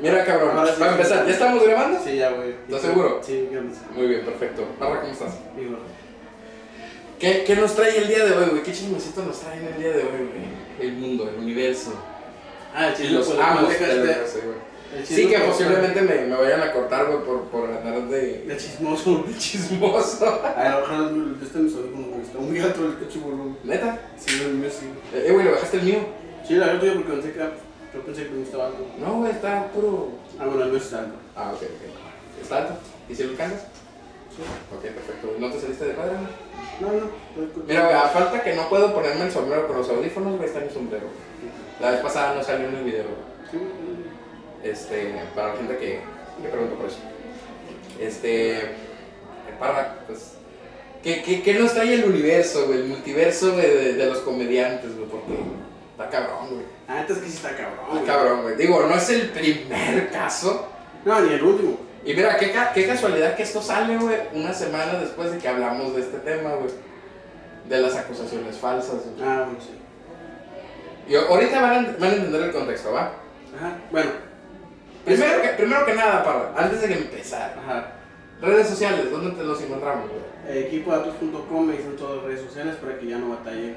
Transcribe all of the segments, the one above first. Mira, cabrón, Ahora sí. para empezar, ¿ya estamos grabando? Sí, ya, güey. ¿Estás seguro? Sí, ¿qué onda? Muy bien, perfecto. Ahora, ¿cómo estás? Digo, ¿Qué, qué nos trae el día de hoy, güey? ¿Qué chismecito nos trae el día de hoy, güey? El mundo, el universo. Ah, el Y chile. los pues, amos deja del este- universo, güey. el Sí, que chismoso, posiblemente me, me vayan a cortar, güey, por, por andar de El chismoso. chismoso. A ver, ojalá le estén mis audífonos, güey. Está muy alto el coche volumen. ¿Neta? Sí, güey, el mío sí. Eh, güey, ¿le bajaste el mío? Sí, la verdad, yo porque pensé que era- Yo pensé que me gustaba algo. No, güey, está puro... Ah, bueno, el mío está alto. Ah, ok, ok. ¿Está alto? ¿Y si lo alcanzas? Sí. Ok, perfecto. ¿No te saliste de cuadra, güey? No, no. no es culpa. Mira, güey, a falta que no puedo ponerme el sombrero con los audífonos, güey, está mi sombrero. La vez pasada no salió en el video, güey. Sí, güey. Este, para la gente que, que pregunta por eso. Este, para, pues, ¿qué, qué, qué nos trae el universo, güey? El multiverso, güey, de, de los comediantes, güey, porque está cabrón, güey. Ah, entonces que sí está cabrón. Está güey. cabrón, güey. Digo, no es el primer caso. No, ni el último. Y mira, qué, ca- qué casualidad que esto sale, güey, una semana después de que hablamos de este tema, güey. De las acusaciones falsas, güey. Ah, bueno, sí. Y ahorita van a, van a entender el contexto, ¿va? Ajá. Bueno. Este, Primero que, primero que nada, para, antes de que empezar, Ajá. redes sociales, ¿dónde te los encontramos? güey? equipodatos.com me dicen todas las redes sociales para que ya no batalle.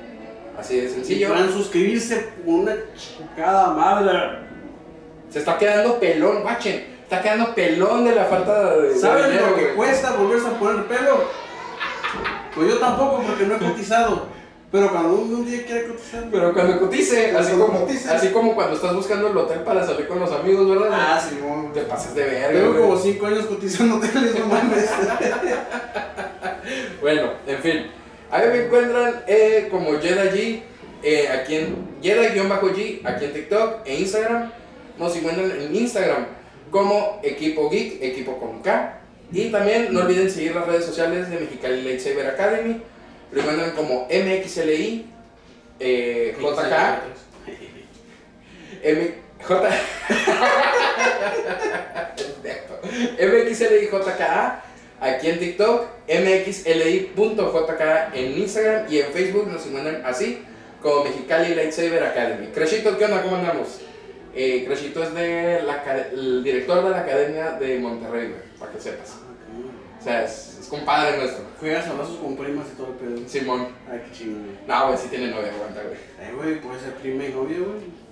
Así de Si sencillo. puedan suscribirse por una chocada madre. Se está quedando pelón, guachen. Está quedando pelón de la falta de. de ¿Saben Pues, dinero, lo que güey. cuesta volverse a poner pelo? Pues yo tampoco porque no he cotizado. Pero cuando un, un día quiera cotizar, Pero cuando cotice, Cuando así como, cotice. así como cuando estás buscando el hotel para salir con los amigos, ¿verdad? güey? Ah, sí, bueno. te pasas de verga. Tengo güey. como 5 años cotizando hoteles, no mames. Bueno, en fin. A mí me encuentran eh, como Jedi G, eh, aquí en Jedi-G, aquí en TikTok e Instagram. Nos encuentran en Instagram como Equipo Geek, Equipo con K. Y también no olviden seguir las redes sociales de Mexicali Lightsaber Academy. Lo encuentran como MXLI, eh, JK, M, J... Pendejo. MXLIJKA aquí en TikTok, mxli.jka en Instagram y en Facebook nos encuentran así como Mexicali Lightsaber Academy. Crashito, ¿qué onda? ¿Cómo andamos? Eh, Crashito es de la, acad- el director de la Academia de Monterrey, güey, para que sepas. O sea, es, es compadre nuestro. Juegas a lazos con primas y todo el pedo. Simón. Ay, qué chingo, güey. No, güey, sí tiene novia, aguanta, güey. Ay, güey, pues puede ser prima y novia, güey.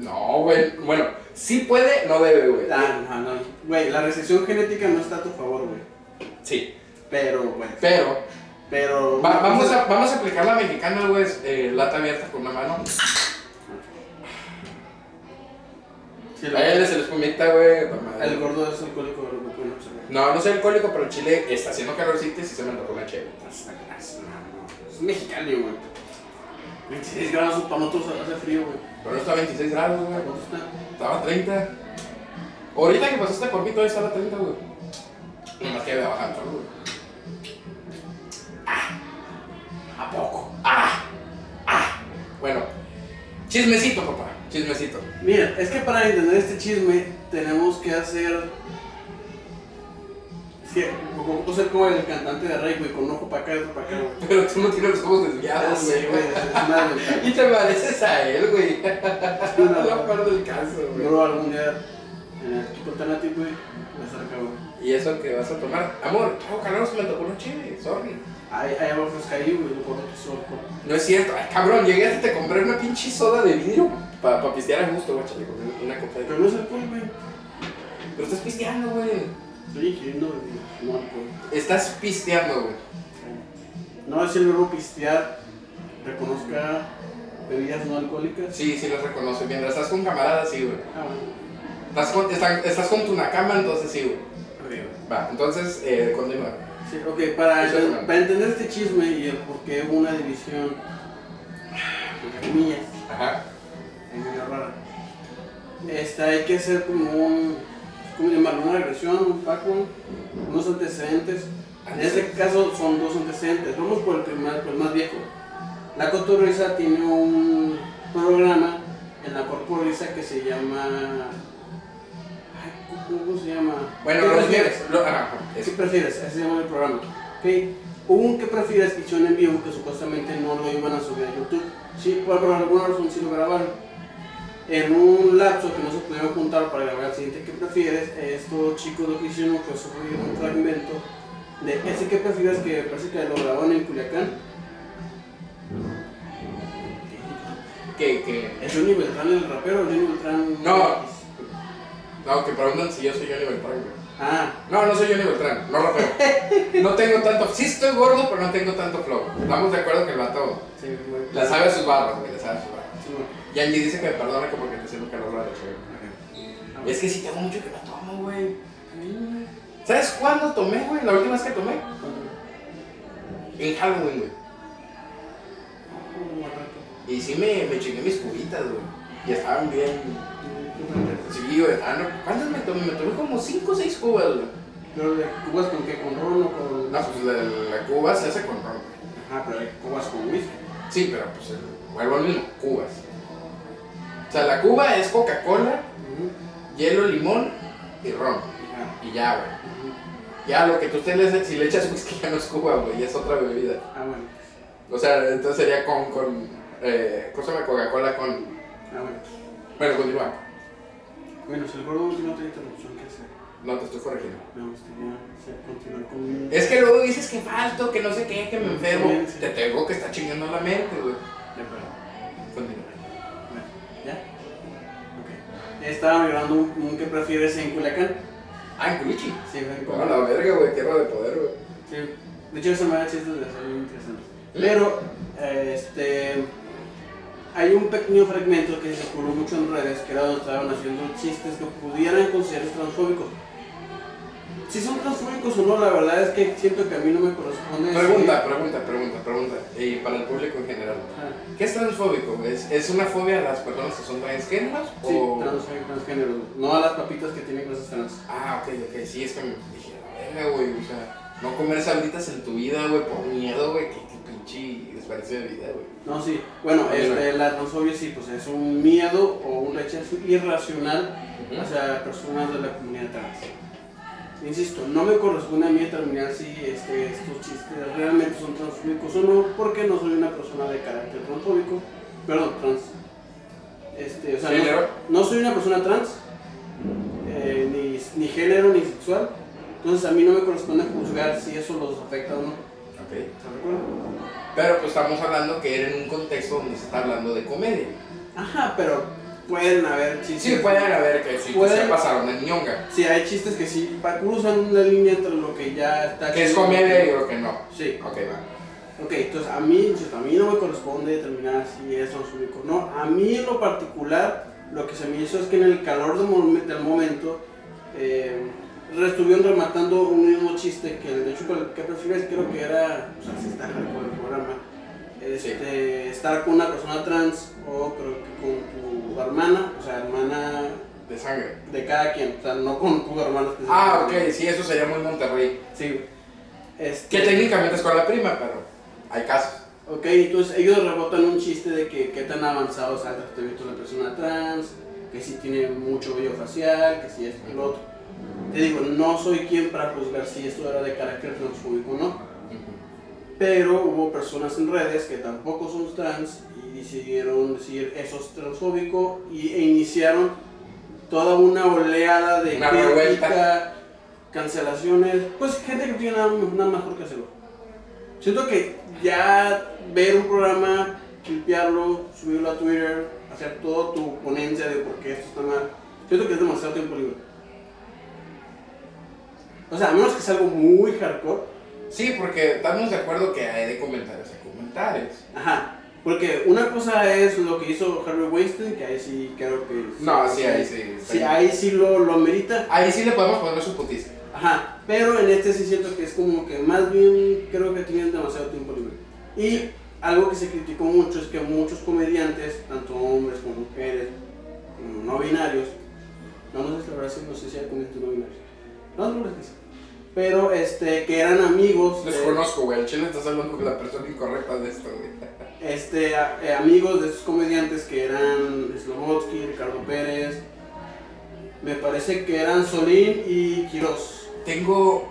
No, güey. Bueno, sí puede, no debe, güey. Ah, no, no. Güey, la recesión genética no está a tu favor, güey. Sí. Pero, güey. Pero Pero. Va- vamos, a, vamos a aplicar la mexicana, güey, eh, lata abierta con una mano. Sí, A él se les comenta, güey. pa' el, madre. gordo es alcohólico, lo que pueden observar. No, no soy alcohólico, pero en Chile está haciendo calorcito y sí se me antojó una chévere. Hasta grasa, Pues, no, no. Es mexicano, güey. 26 grados para nosotros hace frío, güey. Pero no está a 26 grados, güey. ¿Cuánto está? Estaba a 30. Ahorita que pasaste por mí todavía estaba a 30, güey. Nomás que había bajado, el sol, güey. Ah, ¿a poco? Ah, ah. Bueno, chismecito, papá, chismecito. Mira, es que para entender este chisme tenemos que hacer. Es que, como tú ser como el cantante de Rey, güey, con un ojo para acá y otro para acá, güey. Pero tú no tienes los ojos Ya desviados, sé, güey, güey. es una ventaja. Y te pareces a él, güey. Es una No lo ventaja. peor del caso, güey. Bro, algún día en el equipo alternativo, güey, me acerca, güey. ¿Y eso que vas a tomar? Amor, oh, calor, se me tocó una chévere, sorry. Ahí, ahí abajo es caí, güey, lo puedo solo. No es cierto, ay, cabrón, llegué hasta te compré una pinche soda de vidrio para pistear a gusto, guacha, le compré una copa de Pero no es alcohol, güey. Pero estás pisteando, güey. Estoy ingiriendo, güey, no alcohol. Estás pisteando, güey. No es el verbo pistear, reconozca bebidas no alcohólicas. Sí, sí, los reconoce. Mientras estás con camaradas, sí, güey. Ah, bueno. Estás con, están- estás con tu nakama, entonces sí, güey. Va, entonces, eh, continúa. Sí, ok, para, Eso es bueno. para entender este chisme y el por qué hubo una división, entre comillas, Ajá. en medio rara, esta, hay que hacer como un, ¿cómo llamarlo? Una regresión, un background, unos antecedentes. En este caso son dos antecedentes. Vamos por el, primer, por el más viejo. La Cotorrisa tiene un programa en la Cotorrisa que se llama. Ay, ¿Cómo se llama? Bueno, ¿Qué los prefieres? viernes. lo- ajá, ¿Qué eso. prefieres? Así se llama el programa. ¿ok? Hubo un que prefieres que hicieron en vivo que supuestamente no lo iban a subir a YouTube. Sí, por por alguna razón sí lo grabaron. en un lapso que no se pudieron juntar para grabar el siguiente que prefieres, estos chicos lo que hicieron fue subir un fragmento de ese que prefieres que parece que lo grabaron en Culiacán. Que, que. Es Johnny Beltrán el rapero, Johnny Beltrán. No. No, que preguntan si yo soy Johnny Beltrán, güey. Ah, No, no soy Johnny Beltrán, no rapeo. No tengo tanto. Sí estoy gordo, pero no tengo tanto flow. Estamos de acuerdo que el vato sí, güey. la sabe a sus barras, güey, la sabe a sus barras. Sí, güey. Y Angie dice que me perdone que porque te sirvo que no lo güey. Ah, Es güey. que sí tengo mucho que no tomo, güey. ¿Sabes cuándo tomé, güey? La última vez que tomé. En Halloween, güey. Y sí me, me chingué mis cubitas, güey. Y estaban bien. Sí, güey. Ah, no. ¿Cuántas me tomé? Me tomé como 5 o 6 cubas, güey. Pero de cubas con qué, con ron o con. No, pues la, la cuba se hace con ron, güey. Ajá, pero de cubas con whisky. Sí, pero pues el- vuelvo al mismo, cubas. O sea, la cuba es Coca-Cola, hielo, limón y ron. Ajá. Y ya, güey. Ya lo que tú te le, si le echas whisky ya no es cuba, güey, ya es otra bebida. Ah, bueno. O sea, entonces sería con, con, eh, ¿cómo se llama? Coca-Cola con... Ah, bueno. Bueno, continúa. Bueno, si el gordo no tiene interrupción, ¿qué hacer? No, te estoy corrigiendo. Me gustaría hacer- continuar con. Es que luego dices que falto, que no sé qué, que me enfermo. Mm, Sí, sí. Te tengo que estar chingando la mente, güey. Ya, perdón. Continúa. Bueno, ¿Ya? Ok. Estaba grabando un, un que prefieres en Culiacán. Ah, en culichi. Sí, en No, Culiacán. la verga, güey, tierra de poder, güey. Sí. De hecho, esa manera chistes de ser muy interesante. Pero, eh, este. Hay un pequeño fragmento que se circuló mucho en redes que era donde estaban haciendo chistes que pudieran considerarse transfóbicos. Si son transfóbicos o no, la verdad es que siento que a mí no me corresponde. decir- Pregunta, pregunta, pregunta, pregunta. Y para el público en general. Ajá. ¿Qué es transfóbico? güey? ¿Es, es una fobia a las personas que son transgéneros? Sí, o... trans, transgénero. No a las papitas que tienen cosas trans. Ah, ok, ok, sí, es que me dije, la verga, güey, o sea, no comer sabritas en tu vida, güey, por miedo, güey, que, pinche desperdicio de vida, güey. No, sí. Bueno, Mira. este, la transfobia sí, pues es un miedo o un rechazo irracional Ah, hacia personas de la comunidad trans. Insisto, no me corresponde a mí determinar si este, estos chistes realmente son transfóbicos o no, porque no soy una persona de carácter transfóbico, perdón, trans. Este, o sea, no- Género. no, soy una persona trans, eh, ni, ni género, ni sexual, entonces a mí no me corresponde juzgar si eso los afecta o no. Ok. ¿Se recuerdan? Pero pues estamos hablando que era en un contexto donde se está hablando de comedia. Ajá, pero pueden haber Sí, chistes. pueden haber que sí, que Puede- se pasaron en ñonga, Sí, hay chistes que sí pa- cruzan una línea entre lo que ya está. que es chido. comedia y lo que no. Sí, Ok, va. ok, entonces a mí, insisto, a mí no me corresponde determinar si es transfóbico o no. A mí en lo particular, lo que se me hizo es que en el calor del, momen- del momento eh, estuvieron rematando un mismo chiste que de hecho con el que prefieres creo que era, o sea, si está con el programa, este, estar con una persona trans o creo que con tu hermana, o sea, hermana De sangre. de cada quien, o sea, no con tu hermano Ah, ok, sí, eso sería muy Monterrey. Sí. Este, Que técnicamente es con la prima, pero hay casos. Ok, entonces ellos rebotan un chiste de que qué tan avanzado está el tratamiento de la persona trans, que si tiene mucho vello facial, que si es el otro. Te digo, no soy quien para juzgar si esto era de carácter transfóbico o no, Ujú. pero hubo personas en redes que tampoco son trans y decidieron decir eso es transfóbico y, e iniciaron toda una oleada de Una revuelta. cancelaciones, pues gente que no tiene nada, nada mejor que hacerlo. Siento que ya ver un programa, limpiarlo, subirlo a Twitter, hacer toda tu ponencia de por qué esto está mal, siento que es demasiado tiempo libre. O sea, a menos que sea algo muy hardcore, Sí, porque estamos de acuerdo que hay de comentarios a comentarios. Ajá. Porque una cosa es lo que hizo Harry Weinstein, que ahí sí creo que... No, sí, ahí sí. está Sí, bien. ahí sí lo, lo merita. Ahí sí le podemos poner su putiza. Ajá. Pero en este sí siento que es como que más bien creo que tienen demasiado tiempo libre. Y algo que se criticó mucho es que muchos comediantes, tanto hombres como mujeres, como no binarios, no, no sé si la verdad sí, no sé si hay comediantes no binarios. No, no lo sé. Pero este, que eran amigos... Los eh, conozco, güey. El chile estás hablando con la persona incorrecta de esto, güey. este, a- eh, amigos de estos comediantes que eran Slovotsky, Ricardo Pérez, me parece que eran Solín y Quirós. Tengo.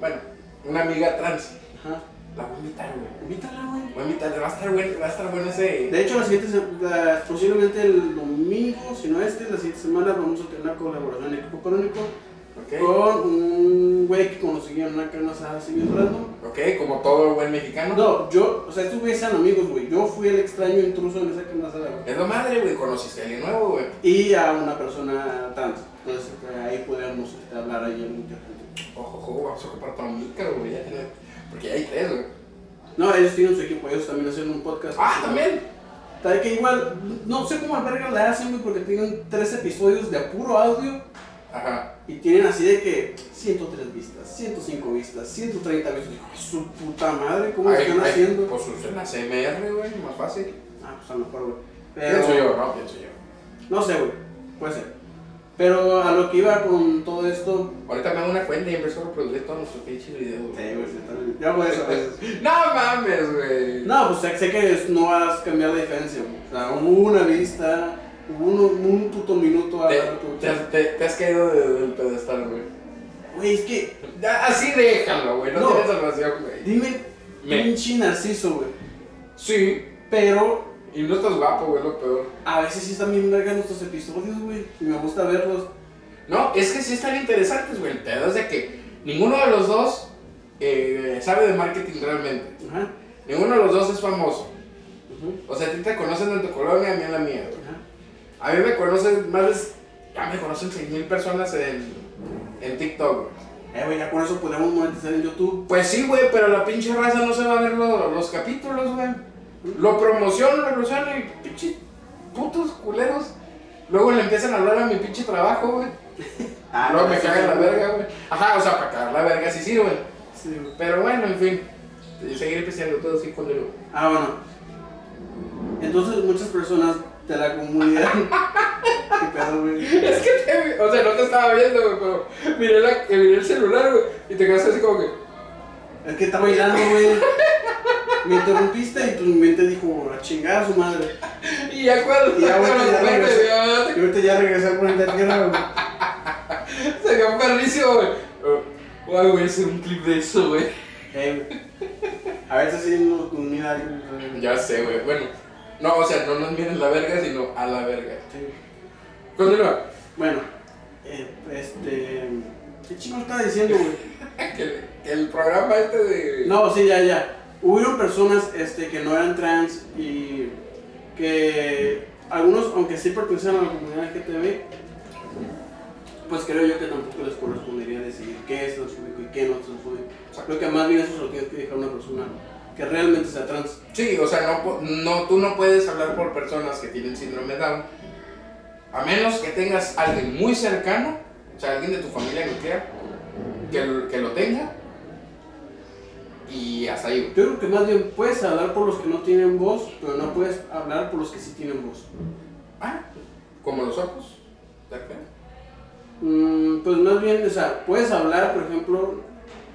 Bueno, una amiga trans. Ajá. La voy a invitar, güey. Invítala, güey. Voy a invitar, va a estar bueno, va a estar bueno ese. De hecho, la siguiente se- la- posiblemente el domingo, si no este, la siguiente semana vamos a tener una colaboración en equipo económico Ok. con un güey que conocí en una carne asada así bien random. Ok, como todo buen mexicano. No, yo, o sea, estos güeyes eran amigos, güey. Yo fui el extraño intruso en esa carne asada, güey. Es lo madre, güey. Conociste a alguien nuevo, güey. Y a una persona trans. Entonces, este, ahí podemos este, hablar ahí en internet. Ojo, ojo, vamos a ocupar toda mica, güey. Ya tiene- Porque ya hay tres, güey. No, ellos tienen su equipo, ellos también hacen un podcast. Ah, también. Tal que igual, no sé cómo albergan la hacen, güey, porque tienen tres episodios de puro audio. Ajá. Y tienen así de que 103 vistas, 105 vistas, 130 vistas. Digo, "Ay, su puta madre, ¿cómo Ahí- están ahí, haciendo? Pues usen la CMR, güey, más fácil. Ah, pues a lo mejor, güey. Pienso Pero, yo, no, pienso yo. no sé, güey, puede ser. Pero a lo que iba con todo esto, Ahorita me hago una cuenta y empiezo a reproducir todos nuestros pinches videos, sí, güey. güey, sí, también. yo hago eso pues. a veces. No mames, güey. No, pues sé- sé que es- no vas a cambiar la diferencia, güey. O sea, hubo una vista, hubo un, un puto minuto a Te, la te has- te- te has caído de- del pedestal, güey. Güey, es que, Ya, Así déjalo, güey. No, No. tienes salvación, güey. dime, Me. pinche narciso, güey. Sí. Pero Y no estás guapo, güey, lo peor. a veces sí están bien verga nuestros episodios, güey. Y me gusta verlos. No, es que sí están interesantes, güey. El pedo es de que ninguno de los dos eh, sabe de marketing realmente. Ajá, ajá, Ninguno de los dos es famoso. O sea, a ti te conocen en tu colonia, a mí en la mía, güey. ajá. A mí me conocen más de... Ya me conocen 6.000 personas en, en TikTok, güey. Eh, güey, ya con eso podemos monetizar en YouTube. Pues sí, güey, pero la pinche raza no se va a ver lo- los capítulos, güey. Lo promociono, lo promociono y pinche putos culeros. Luego le empiezan a hablar a mi pinche trabajo, güey. Luego Ah, me sí, cagan la güey. verga, güey. Ajá, o sea, para cagar la verga sí sirven. Sí, güey. Pero bueno, en fin. Seguir pisteando todo así con el... Ah, bueno. Entonces, muchas personas de la comunidad. ¿Qué pedo, güey? Es que, te- o sea, no te estaba viendo, güey, pero miré, la, eh, miré el celular, güey, y te quedaste así como que... Es que está bailando, güey. Me interrumpiste y tu mente dijo, a chingar a su madre. Y ya cuando... Y ya, güey, cuando ya fue, regresé. güey, ya Y ahorita ya regresé por la tierra, güey. te- Se vio perrísimo, güey. Guau, güey, hacer un clip de eso, güey. Eh, güey. a veces sí nos unida alguien. güey. Ya sé, güey. Bueno, no, o sea, no nos miren la verga, sino a la verga. Sí, güey. Continúa. Bueno, eh, este. ¿Qué chingo estaba diciendo, güey? Ah, Que, que el programa este de. No, sí, ya, ya. Hubieron personas este, que no eran trans y que algunos, aunque sí pertenecen a la comunidad LGTB, pues creo yo que tampoco les correspondería decidir qué es transfóbico y qué no es transfóbico. Creo que más bien eso se lo tiene que dejar una persona que realmente sea trans. Sí, o sea, no, po- no, tú no puedes hablar por personas que tienen síndrome de Down. A menos que tengas alguien muy cercano, o sea, alguien de tu familia nuclear, que, lo- que lo tenga. Y hasta ahí, güey. Yo creo que más bien puedes hablar por los que no tienen voz, pero no puedes hablar por los que sí tienen voz. Ah, como los ojos. ¿de acá? Mm, pues más bien, o sea, puedes hablar, por ejemplo,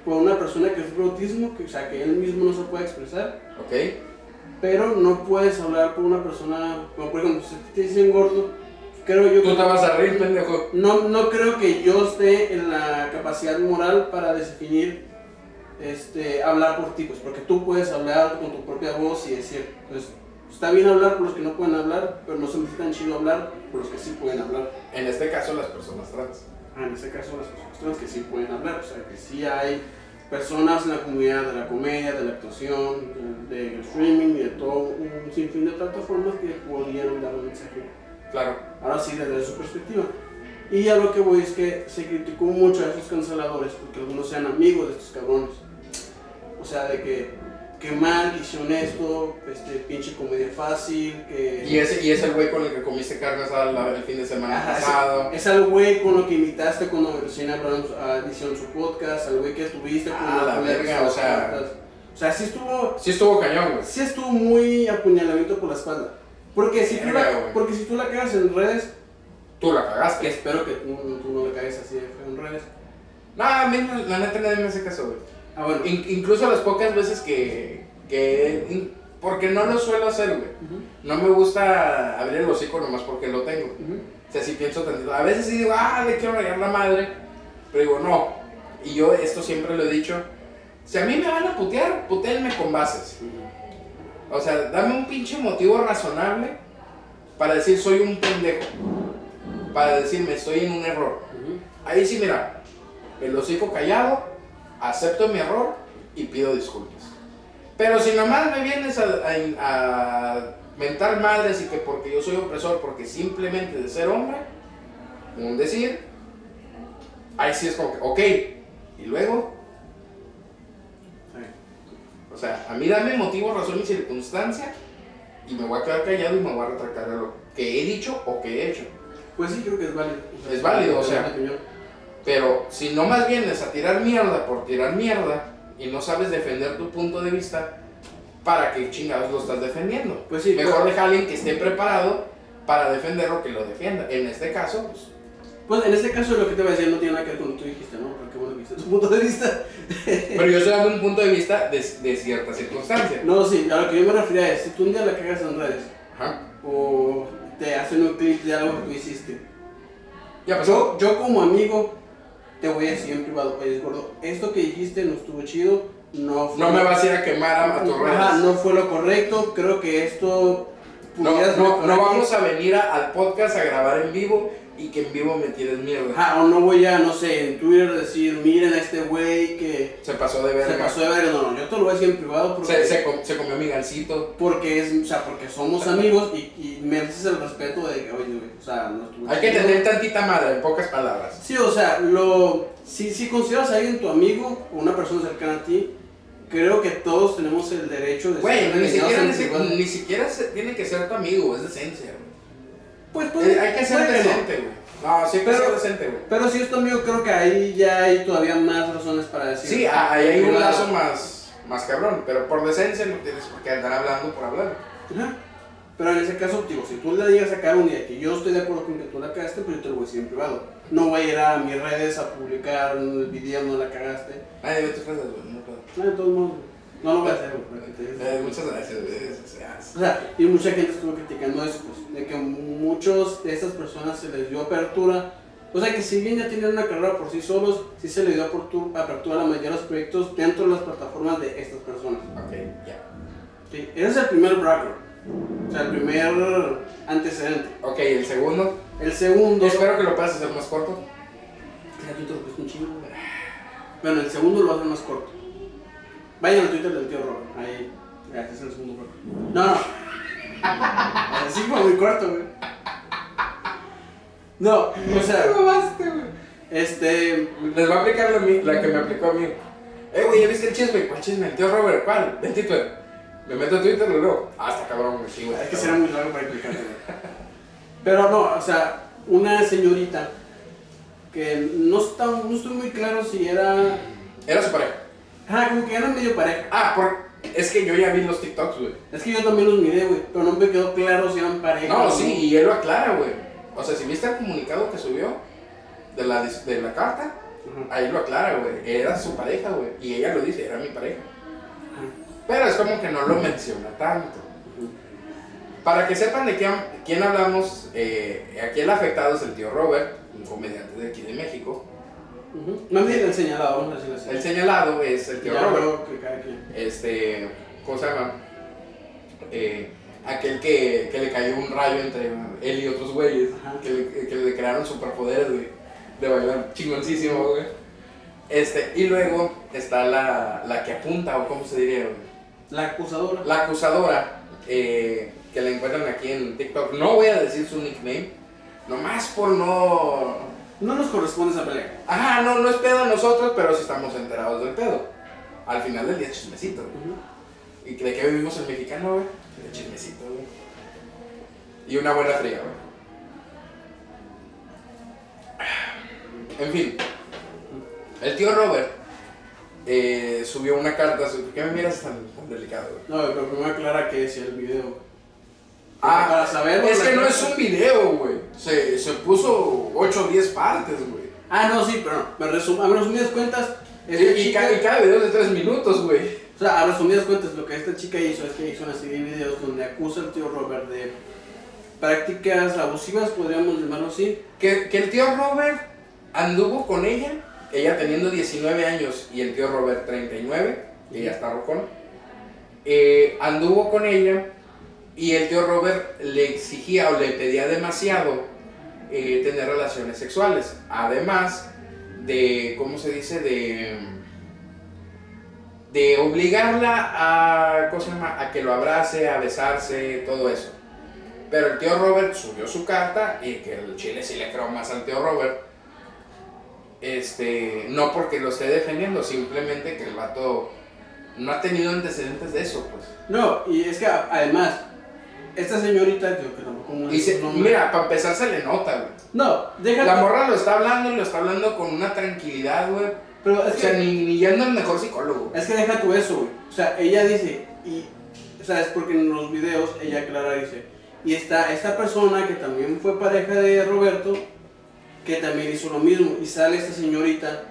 con una persona que sufre autismo, que, o sea, que él mismo no se puede expresar. Ok. pero no puedes hablar con una persona, como por ejemplo, si te dicen gordo, creo yo Tú te vas a reír, pendejo. no, no creo que yo esté en la capacidad moral para definir este, hablar por tipos, porque tú puedes hablar con tu propia voz y decir, pues está bien hablar por los que no pueden hablar, pero no se me hace tan chido hablar por los que sí pueden hablar. En este caso, las personas trans. Ah, en este caso las personas que sí pueden hablar, o sea, que sí hay personas en la comunidad de la comedia, de la actuación, de- del streaming y de todo un sinfín de plataformas que pudieron dar un mensaje. Claro. Ahora sí, desde su perspectiva. Y a lo que voy es que se criticó mucho a esos canceladores porque algunos sean amigos de estos cabrones. O sea, de que, qué mal, que hicieron esto, este pinche comedia fácil, que... Y es, y es el güey con el que comiste cargas al, el fin de semana Ajá, sí. pasado. Es al güey con lo que imitaste cuando recién hablaron, ah, hicieron su podcast, al güey que estuviste con Ah, la primera verga, persona o sea. que estás. O sea, sí estuvo, Sí estuvo cañón, güey. sí estuvo muy apuñalamiento por la espalda. Porque si, tú Verga, la, güey. porque si tú la cagas en redes, Tú la que cagaste. espero que tú, tú no la cagues así de feo en redes. No, a mí la la neta nadie me hace caso, güey. Ah, bueno. In- incluso las pocas veces que... que in- porque no lo suelo hacer, güey. Ujú, No me gusta abrir el hocico nomás porque lo tengo. ujú. O sea, sí pienso tantito. A veces sí digo, ah, le quiero rayar la madre. Pero digo, no. Y yo esto siempre lo he dicho. Si a mí me van a putear, putéenme con bases. O sea, dame un pinche motivo razonable para decir soy un pendejo. Para decirme estoy en un error. Ahí sí, mira, el hocico callado, acepto mi error y pido disculpas. Pero si nomás me vienes a, a- a mentar madres y que porque yo soy opresor, porque simplemente de ser hombre, un decir, ahí sí es como que, ok, y luego, o sea, a mí dame motivo, razón y circunstancia y me voy a quedar callado y me voy a retractar de lo que he dicho o que he hecho. Pues sí, creo que es válido. Es válido, o sea. es mi opinión. Pero si no más vienes a tirar mierda por tirar mierda y no sabes defender tu punto de vista, ¿para qué chingados lo estás defendiendo? Pues sí, Mejor pero- deja a alguien que esté preparado para defenderlo que lo defienda. En este caso, pues, Pues en este caso lo que te voy a decir no tiene nada que ver con lo que tú dijiste, ¿no? Porque bueno, viste tu punto de vista. pero yo estoy dando un punto de vista de, de cierta circunstancia. No, sí, a lo que yo me refería es, si tú un día la cagas en redes Ajá. o te hacen un clip de algo que tú hiciste, Ya pasó. yo, yo como amigo te voy a decir en privado, oye, gordo, esto que dijiste no estuvo chido, no fue... No me vas a ir a quemar a, a tus Ajá, redes. no fue lo correcto, creo que esto... No, pudieras no, mejorar no aquí". vamos a venir a- al podcast a grabar en vivo y que en vivo me tires mierda. Ajá, o no voy a, no sé, en Twitter decir, miren a este güey que Se pasó de se verga. pasó de verga. No, no, yo te lo voy a decir en privado porque... Se, se com- se comió mi gancito. Porque es, o sea, porque somos amigos y, y mereces el respeto de que, oye, güey, o sea, no estuvo Hay que chido. tener tantita madre, en pocas palabras. Sí, o sea, lo, si, si consideras a alguien tu amigo o una persona cercana a ti, creo que todos tenemos el derecho de Güey, ser ni regañados siquiera, en ni, si- privado. ni siquiera se- tiene que ser tu amigo, es decencia, güey. Pues, puede- Eh, hay que ser puede no. decente, güey. No, sí hay que Pero- ser decente, güey. Pero si es tu amigo, creo que ahí ya hay todavía más razones para decir. Sí, a- ahí hay un Privado. lazo más, más cabrón, pero por decencia no tienes por qué andar hablando por hablar. Ajá. Pero en ese caso, digo, si tú le llegas a sacar un día que yo estoy de acuerdo con que tú la cagaste, pero yo te lo voy a decir en privado. No voy a ir a mis redes a publicar el video, no la cagaste. Nadie ve tus redes, güey, no puedo. No, de todos modos, no lo voy a hacer, güey, para que te digas. Eh, muchas gracias, güey. o sea, O sea, y mucha gente estuvo criticando eso, pues, de que muchos de estas personas se les dio apertura. O sea, que si bien ya tenían una carrera por sí solos, sí se les dio apertu- apertura a la mayoría de los proyectos dentro de las plataformas de estas personas. Ok, ya. ¿sí? Ese es el primer bracket, o sea, el primer antecedente. Ok, el segundo. El segundo... espero que lo puedas hacer más corto. Ya, tú te lo pusiste un chingo, güey. Bueno, el segundo lo hacen más corto. Vayan al Twitter del tío Robert. Ahí. Gracias, el segundo corto. No, no. Así fue muy corto, güey. No, o sea, este. Les va a aplicar la, mi- la que me aplicó a mí. Eh, güey, ¿ya viste el chisme? ¿Cuál chisme? El tío Robert, ¿cuál? Ven Twitter. Me meto a Twitter y luego. Ah, está cabrón, güey, sí, güey. Es que está será muy largo para explicarte, güey. Pero no, o sea, una señorita que no, está, no estoy muy claro si era. cabrón. Era su pareja. Ah, como que era medio pareja. Ah, por... es que yo ya vi los TikToks, güey. Es que yo también los miré, güey, pero no me quedó claro si eran pareja. o No, sí, y él lo aclara, güey. O sea, si viste el comunicado que subió de la, dis- de la carta, Ajá. ahí lo aclara, güey. Era su pareja, güey. Y ella lo dice, era mi pareja. Pero es como que no lo menciona tanto. Para que sepan de quién, quién hablamos, eh, aquí el afectado es el tío Robert, un comediante de aquí de México. Ujú. No me el señalado, vamos a decirlo así. El señalado es el tío Ya Robert. veo que cada quien. este, ¿cómo se llama? Eh, aquel que, que le cayó un rayo entre él y otros güeyes, Ajá. que le, que le crearon superpoderes, güey, de bailar chingoncísimo, güey. Este, y luego está la, la que apunta, o cómo se diría, güey? La acusadora. la acusadora, eh, que la encuentran aquí en TikTok. No voy a decir su nickname, nomás por no... No nos corresponde esa pelea. Ajá, no, no es pedo a nosotros, pero sí estamos enterados del pedo. Al final del día es chismecito, güey. ¿Y de qué vivimos el mexicano, güey? De chismecito, güey. Y una buena fría, güey. En fin. El tío Robert eh, subió una carta. su- ¿Por qué me miras tan, tan delicado, güey? No, pero primero aclara que es el video. Ah, para saber. Es la que no clase- es un video, güey. Se, se puso 8 o 10 partes, güey. Ah, no, sí, pero no. Me resum- A resumidas cuentas, Y, esta y chica. ca- y cada video es de 3 minutos, güey. O sea, a resumidas cuentas, lo que esta chica hizo es que hizo una serie de videos donde acusa al tío Robert de prácticas abusivas, podríamos llamarlo así. Que, que el tío Robert anduvo con ella ella teniendo 19 años y el tío Robert 39, que ya está rocón, eh, anduvo con ella y el tío Robert le exigía o le pedía demasiado eh, tener relaciones sexuales. Además de, ¿cómo se dice? De, de obligarla a, ¿cómo se llama? a que lo abrace, a besarse, todo eso. Pero el tío Robert subió su carta y que el chile sí le creo más al tío Robert. Este, no porque lo esté defendiendo, simplemente que el vato no ha tenido antecedentes de eso, pues. No, y es que a- además, esta señorita, yo que tampoco me Y se- su nombre. mira, para empezar se le nota, güey. No, déjate. La morra lo está hablando y lo está hablando con una tranquilidad, güey. Pero es O sea, que, ni, ni yendo al mejor psicólogo. es que deja tú eso, güey. O sea, ella dice, y. O sea, es porque en los videos ella aclara, dice. Y está esta persona que también fue pareja de Roberto, que también hizo lo mismo. Y sale esta señorita,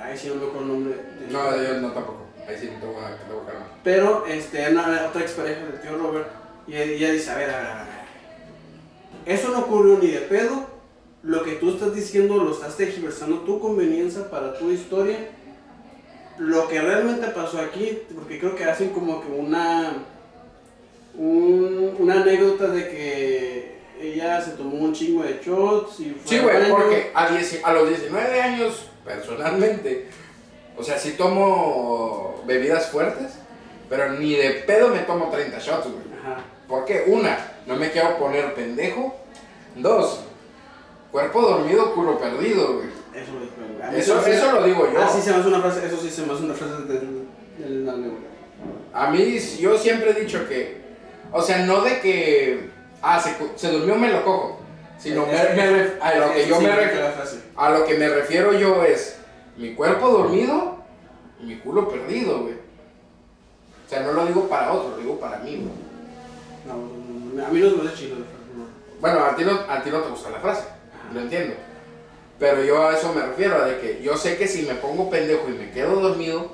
ay, si no me acuerdo el nombre. de- No, yo no tampoco. Ahí sí, te voy a, te voy a calmar. Pero este, era una- otra expareja del tío Robert y ella, ella dice, a ver, a ver, a ver, a ver. Eso no ocurrió ni de pedo. Lo que tú estás diciendo lo estás tergiversando a tu conveniencia para tu historia. Lo que realmente pasó aquí, porque creo que hacen como que una, un- una anécdota de que ella se tomó un chingo de shots y fue Sí, al güey, baño. porque a, 10 a los 19 años, personalmente, o sea, sí tomo bebidas fuertes, pero ni de pedo me tomo 30 shots, güey. Ajá. Porque, una, no me quiero poner pendejo. Dos, cuerpo dormido, culo perdido, güey. Eso lo dijo él. A mí Eso, se me hace- eso lo digo yo. Ah, sí, se me hace una frase, eso sí se me hace una frase del, del anécdota. A mí, yo siempre he dicho que, o sea, no de que, ah, se, cu- se durmió, me lo cojo. Sino me- me ref- a lo que yo me refiero. A lo que me refiero yo es mi cuerpo dormido y mi culo perdido, güey. O sea, no lo digo para otro, lo digo para mí, güey. No, no, no, a mí no se me hace chido la frase, no. Bueno, a ti, no, a ti no te gusta la frase, lo entiendo. Pero yo a eso me refiero, a de que yo sé que si me pongo pendejo y me quedo dormido,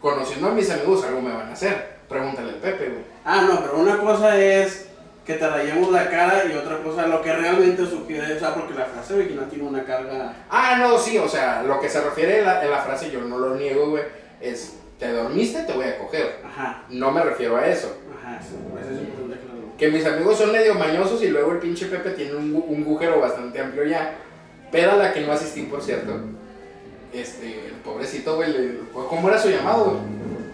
conociendo a mis amigos, algo me van a hacer. Pregúntale al Pepe, güey. Ah, no, pero una cosa es que te rayemos la cara y otra cosa lo que realmente sugiere, o sea, porque la frase original tiene una carga. Ah, no, sí, o sea, lo que se refiere a la, en la frase, yo no lo niego, güey, es, te dormiste, te voy a coger. Ajá, No me refiero a eso. ajá, sí, pues eso es importante que lo diga. Que mis amigos son medio mañosos y luego el pinche Pepe tiene un, gu- un agujero bastante amplio ya. Pero a la que no asistí, por cierto. Este, el pobrecito, güey, le- ¿cómo era su llamado, güey?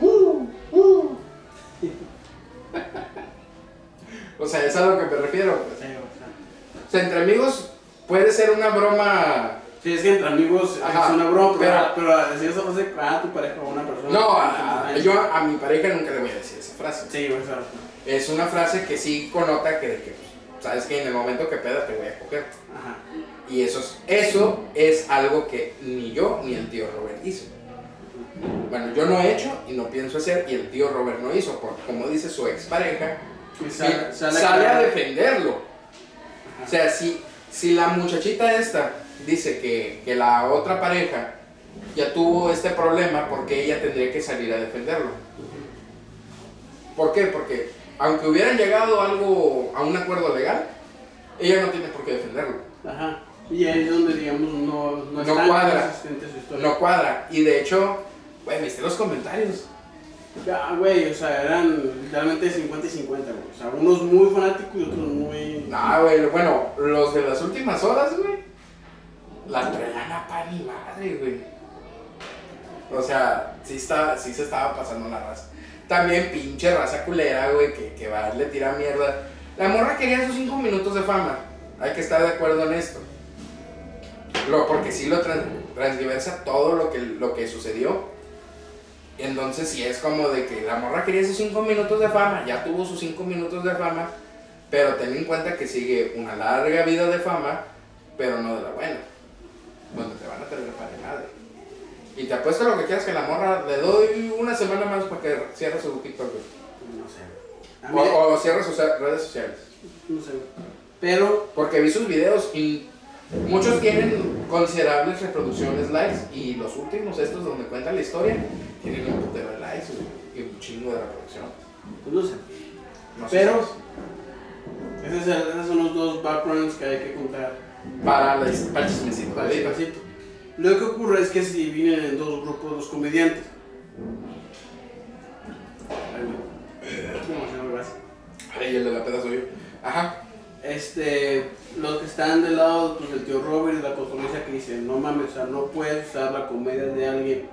Uh, uh. o sea, es a lo que me refiero. pues. Sí, o O sea, entre amigos puede ser una broma. sea. Sí, es que entre amigos Ajá, es una broma, pero, pero- pero, a decir esa frase a tu pareja o a una persona. No, que a- a- te yo raya. a mi pareja nunca le voy a decir esa frase. Sí, güey, claro. Es una frase que sí connota que, que pues, sabes que en el momento que pedas te voy a coger. Ajá. Y eso es, eso es algo que ni yo ni el tío Robert hizo. Bueno, yo no he hecho y no pienso hacer y el tío Robert no hizo, porque como dice su expareja, Y sale, sale, sale, a acá. defenderlo. Ajá. O sea, si, si la muchachita esta dice que, que la otra pareja ya tuvo este problema, porque ella tendría que salir a defenderlo? ¿Por qué? Porque aunque hubieran llegado a algo, a un acuerdo legal, ella no tiene por qué defenderlo. Ajá. Y ahí es donde, digamos, no, no, No es tan cuadra. consistente su historia. no cuadra. Y de hecho, güey, viste los comentarios. Ya, güey, o sea, eran literalmente 50 y 50, güey. O sea, unos muy fanáticos y otros muy. Nah, güey, bueno, los de las últimas horas, güey. La trelana pan y madre, güey. O sea, sí, está, sí se estaba pasando la raza. También pinche raza culera, güey, que, que va, le tira mierda. La morra quería sus 5 minutos de fama. Hay que estar de acuerdo en esto. Lo, porque sí lo trans, transgiversa todo lo que, lo que sucedió. Entonces sí es como de que la morra quería sus 5 minutos de fama, ya tuvo sus 5 minutos de fama, pero ten en cuenta que sigue una larga vida de fama, pero no de la buena, donde te van a tener para de madre. Y te apuesto lo que quieras que la morra le doy una semana más para que cierre su TikTok, güey. No sé. A mí, o, o cierre sus redes sociales. no sé. güey. Pero, Porque vi sus videos y muchos tienen considerables reproducciones, likes, y los últimos, estos donde cuenta la historia, tienen un putero de likes güey, y un chingo de reproducción. pues no sé. No sé Pero, si- esos, esos son los dos backgrounds que hay que contar. Para, la his- para el chismecito. Pasito, pasito. Lo que ocurre es que se dividen en dos grupos los comediantes. Ay, güey. Demasiado gracias. Ay, el de la peda soy yo. Ajá. Este, los que están del lado pues, del tío Robert y la controversia que dicen, no mames, o sea, no puedes usar la comedia de alguien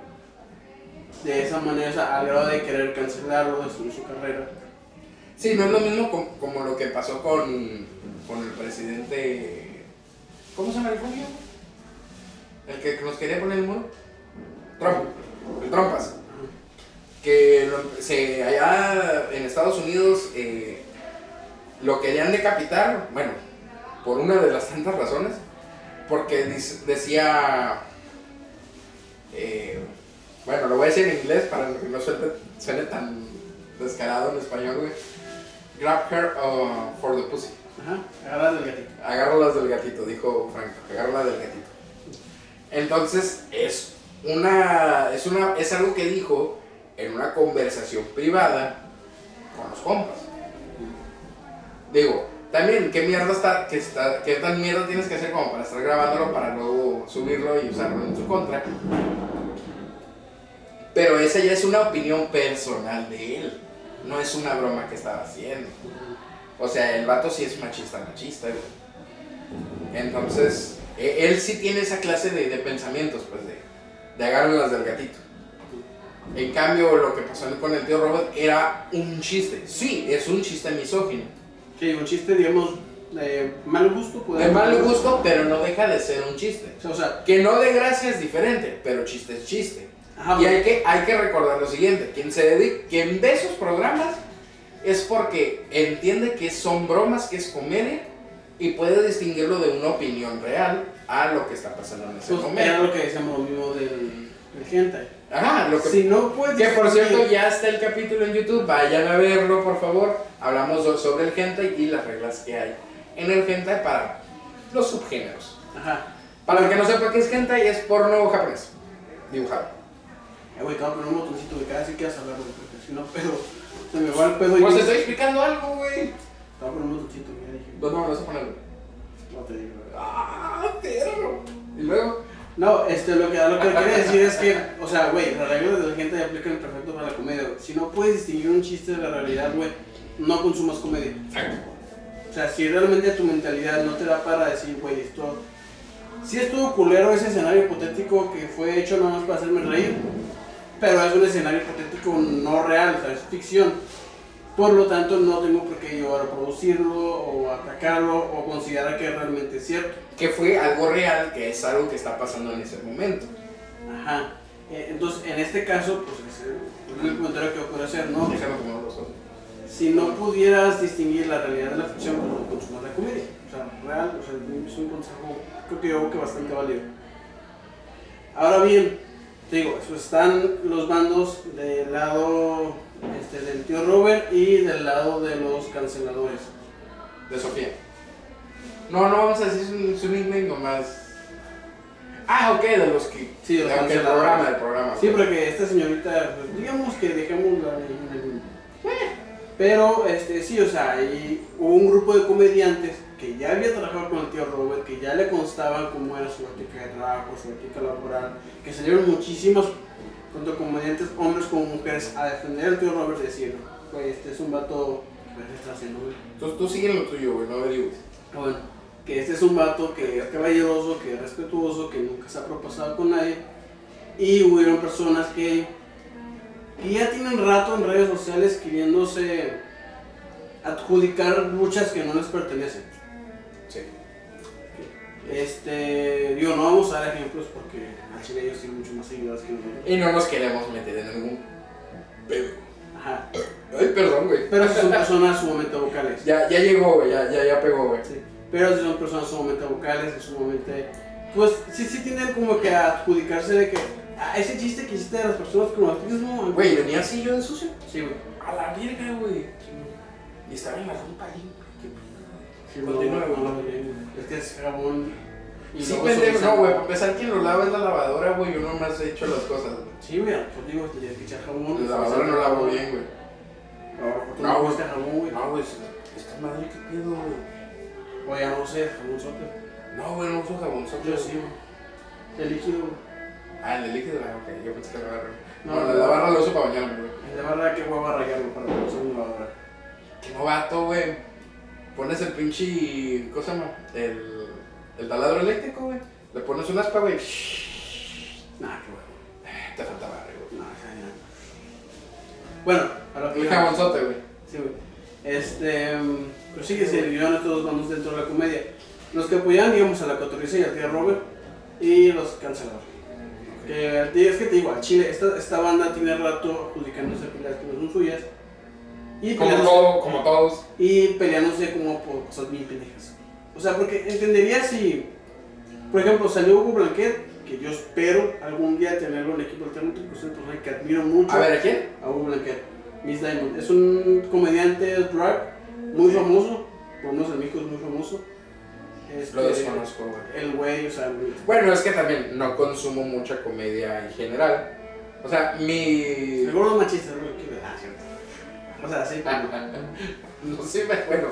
de esa manera, o sea, al grado de querer cancelarlo, destruir su carrera. Sí, no es lo mismo co- como lo que pasó con, con el presidente. ¿Cómo se llama el rubio? El que nos quería poner el muro. Trump. El Trompas. Que lo- se, allá en Estados Unidos eh, lo querían decapitar, bueno, por una de las tantas razones, porque dice- decía. eh, bueno, lo voy a decir en inglés para que no suene, suene tan descarado en español, güey. Grab her uh, for the pussy. Ajá, agarras del gatito. Agárralas del gatito, dijo Franco. Agárralas del gatito. Entonces, es una. Es una. Es algo que dijo en una conversación privada con los compas. Digo, también, ¿qué mierda está. Qué, está, qué tan mierda tienes que hacer como para estar grabándolo para luego subirlo y usarlo en su contra? Pero esa ya es una opinión personal de él. No es una broma que estaba haciendo. O sea, el vato sí es machista, machista, güey. Entonces, e- él sí tiene esa clase de, de pensamientos, pues, de, de agárrenlas del gatito. En cambio, lo que pasó con el tío Robert era un chiste. Sí, es un chiste misógino. Sí, un chiste, digamos, de mal gusto. De podemos mal decirlo. gusto, pero no deja de ser un chiste. O sea, o sea, Que no de gracia es diferente, pero chiste es chiste. ajá, Y hay que, hay que recordar lo siguiente, quien se dedica, quien ve sus programas es porque entiende que son bromas, que es comedia y puede distinguirlo de una opinión real a lo que está pasando en ese pues, era momento. lo que decíamos lo mismo del, del hentai. Ajá, lo que, Si no puedes que por distinguir- cierto ya está el capítulo en YouTube, vayan a verlo por favor. Hablamos so- sobre el hentai y las reglas que hay en el hentai para los subgéneros. Ajá. Para el que no sepa qué es hentai, es porno japonés, dibujado. Eh, güey, te voy a poner un botoncito de cada vez que vas a hablar, güey, porque si no, pedo. Se me va el pedo y. Pues te estoy explicando algo, güey. Pues, Te voy a poner un botoncito, ya dije. ¿Dónde me lo vas a poner? No te digo, güey. ¡Ah, perro! Y luego, No, este, lo que, lo que quería decir es que, o sea, güey, las reglas de la gente ya aplican perfecto para la comedia. güey. Si no puedes distinguir un chiste de la realidad, güey, no consumas comedia. O sea, si realmente tu mentalidad no te da para decir, güey, esto. Sí estuvo culero ese escenario hipotético que fue hecho nada más para hacerme reír, pero es un escenario hipotético no real, o sea, es ficción. Por lo tanto, no tengo por qué yo reproducirlo o atacarlo o considerar que realmente es cierto. que fue algo real, que es algo que está pasando en ese momento. Ajá. Eh, Entonces, en este caso, pues es eh, el comentario que puedo hacer, ¿no? Déjame comer los ojos. Si no pudieras distinguir la realidad de la ficción, pues no consumas la comedia. O sea, real, o sea, es un consejo, creo que yo que bastante válido. Ahora bien, te digo, eso están los bandos del lado este, del tío Robert y del lado de los canceladores. De Sofía. No, no vamos a decir su, su nickname nomás. Ah, ok, de los que. Sí, de los de- ok, el canceladores. programa, el programa. Sí, porque esta señorita, pues, digamos que dejémosla ahí en el- Pero, este, sí, o sea, ahí hubo un grupo de comediantes que ya había trabajado con el tío Robert, que ya le constaban cómo era su ética de trabajo, su ética laboral, que salieron muchísimos, tanto comediantes hombres como mujeres, a defender al tío Robert y decir, pues este es un vato, pues está haciendo, güey. Tú, tú sigue lo tuyo, güey, no averigües. Ah, Bueno, que este es un vato que es caballeroso, que es respetuoso, que nunca se ha propasado con nadie. Y hubieron personas que, que ya tienen rato en redes sociales queriéndose adjudicar luchas que no les pertenecen. Sí. Este, digo, no vamos a dar ejemplos porque al chile ellos tienen mucho más seguidores que nosotros. Y no nos queremos meter en ningún. pedo. Ajá. Ay, perdón, güey. Pero si son personas sumamente vocales. Ya, ya llegó, güey, ya, ya, ya pegó, güey. Sí. Pero si son personas sumamente vocales, sumamente. Pues sí, sí tienen como que adjudicarse de que. "Ah, ese chiste que hiciste de las personas con autismo. Güey, venía así yo en sucio. Sí, güey. A la verga, güey. Y estaba en la ropa ahí. Sí, Continúa, no, güey. no, güey. Es que es jabón. y Sí, luego pendejo, suavizante. no, güey, para empezar quien lo lava es la lavadora, güey, yo nomás he hecho las cosas, güey. Sí, güey, pues digo, tienes que echar jabón. pues, La lavadora no lavo bien, güey. No, tú No, no güey. gusta jabón, güey. No, güey, esta madre, ¿qué pedo, güey? O ya no sé, jabón sote. No, güey, no uso jabón, Yo sote. sí, güey. El líquido, Ah, en el líquido, ah, ok, yo pensé que la barra. No, bueno, no, la no. barra la uso para bañarme, güey. el de barra que voy a rayarlo para que no se me lo abra. Qué novato, güey. Pones el pinche. ¿Cómo se llama? El, el taladro eléctrico, güey. Le pones un aspa, güey. Te Nah, qué bueno. falta barrio, güey. Nah, ya, ya. Bueno, a lo que Un yo- jabonzote, güey. Sí, güey. Este, mm, pero sí que se dividieron estos dos bandos dentro de la comedia. Los que apoyaban íbamos a la cotorriza y al tía Robert y los cancelaron. Que al tía- es que te digo, al Chile, esta, esta banda tiene rato adjudicándose peleas que no son suyas y Como, peleándose, todo, como todos. y peleándose como por cosas bien pendejas. O sea, porque entendería si, por ejemplo, salió Hugo Blanquet, que yo espero algún día tenerlo en equipo alterno, porque es una persona que admiro mucho A ver, ¿a quién? a Hugo Blanquet, Miss Diamond. Es un comediante drag muy famoso, por unos amigos muy famoso. Este, Lo desconozco, güey. El güey, o sea, muy- Bueno, es que también no consumo mucha comedia en general. O sea, mi. el gordo machista, güey, que- ah, cierto. O sea, sí, pero Ah, no. No sé, me- bueno.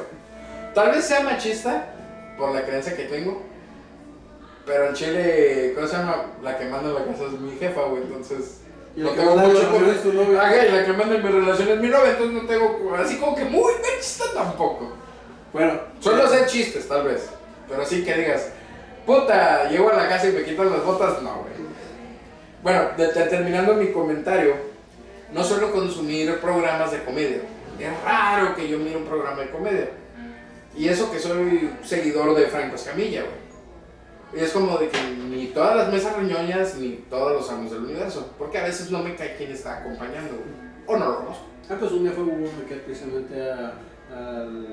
Tal vez sea machista por la creencia que tengo. Pero en Chile, ¿cómo se llama? La que manda en la casa es mi jefa, güey. Entonces. Y No el que tengo manda mucho la canción con- es tu novio. Ah, güey, la que manda en mi relación es mi novia, entonces no tengo. Así como que muy machista tampoco. Bueno, Solo sé chistes, tal vez. Pero sí que digas, puta, llego a la casa y me quitan las botas, no, güey. Bueno, de- de- terminando mi comentario, no suelo consumir programas de comedia. Es raro que yo mire un programa de comedia. Y eso que soy seguidor de Franco Escamilla, güey. Y es como de que ni todas las mesas reñoñas ni todos los amos del universo. Porque a veces no me cae quién está acompañando, güey. O no lo conozco. Ah, pues un día fue Hugo Blanquet precisamente a, al.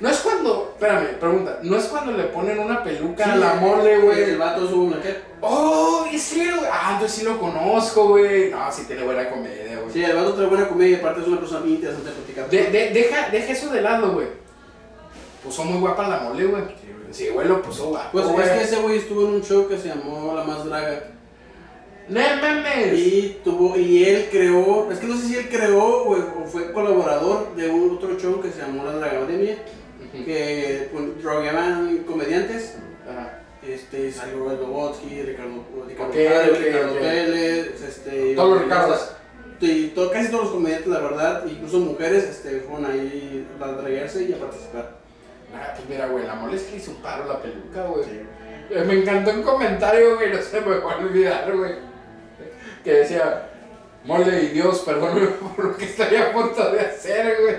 No es cuando, espérame, pregunta, no es cuando le ponen una peluca Sí, a la mole, El güey. vato es Hugo Blanquet. Oh, es cierto, güey. Ah, entonces sí lo conozco, güey. No, sí tiene buena comedia, güey. Sí, el vato trae buena comedia y aparte es una persona bien interesante de platicar. De- de- deja, deja eso de lado, güey. Puso muy guapa la mole, güey. Sí, güey, lo puso guapo, Pues güey. es que ese güey estuvo en un show que se llamó La Más Draga. ¡No mames! Y tuvo, y él creó, es que no sé si él creó o, o fue colaborador de un otro show que se llamó La Dragademia, Ujú. que pues, drogueaban comediantes, Ajá. este, salió Robert Lobotsky, Ricardo, Ricardo, Ok, Párez, ok, Ricardo ok. Vélez, este, Todos los y- Ricardos. y to- casi todos los comediantes, la verdad, incluso mujeres, este, fueron ahí a draguearse y a participar. Ah, pues mira, güey, la mole es que hizo un paro la peluca, güey. Eh, Me encantó un comentario, güey, no se me va a olvidar, güey. Que decía, mole y Dios, perdóname por lo que estoy a punto de hacer, güey.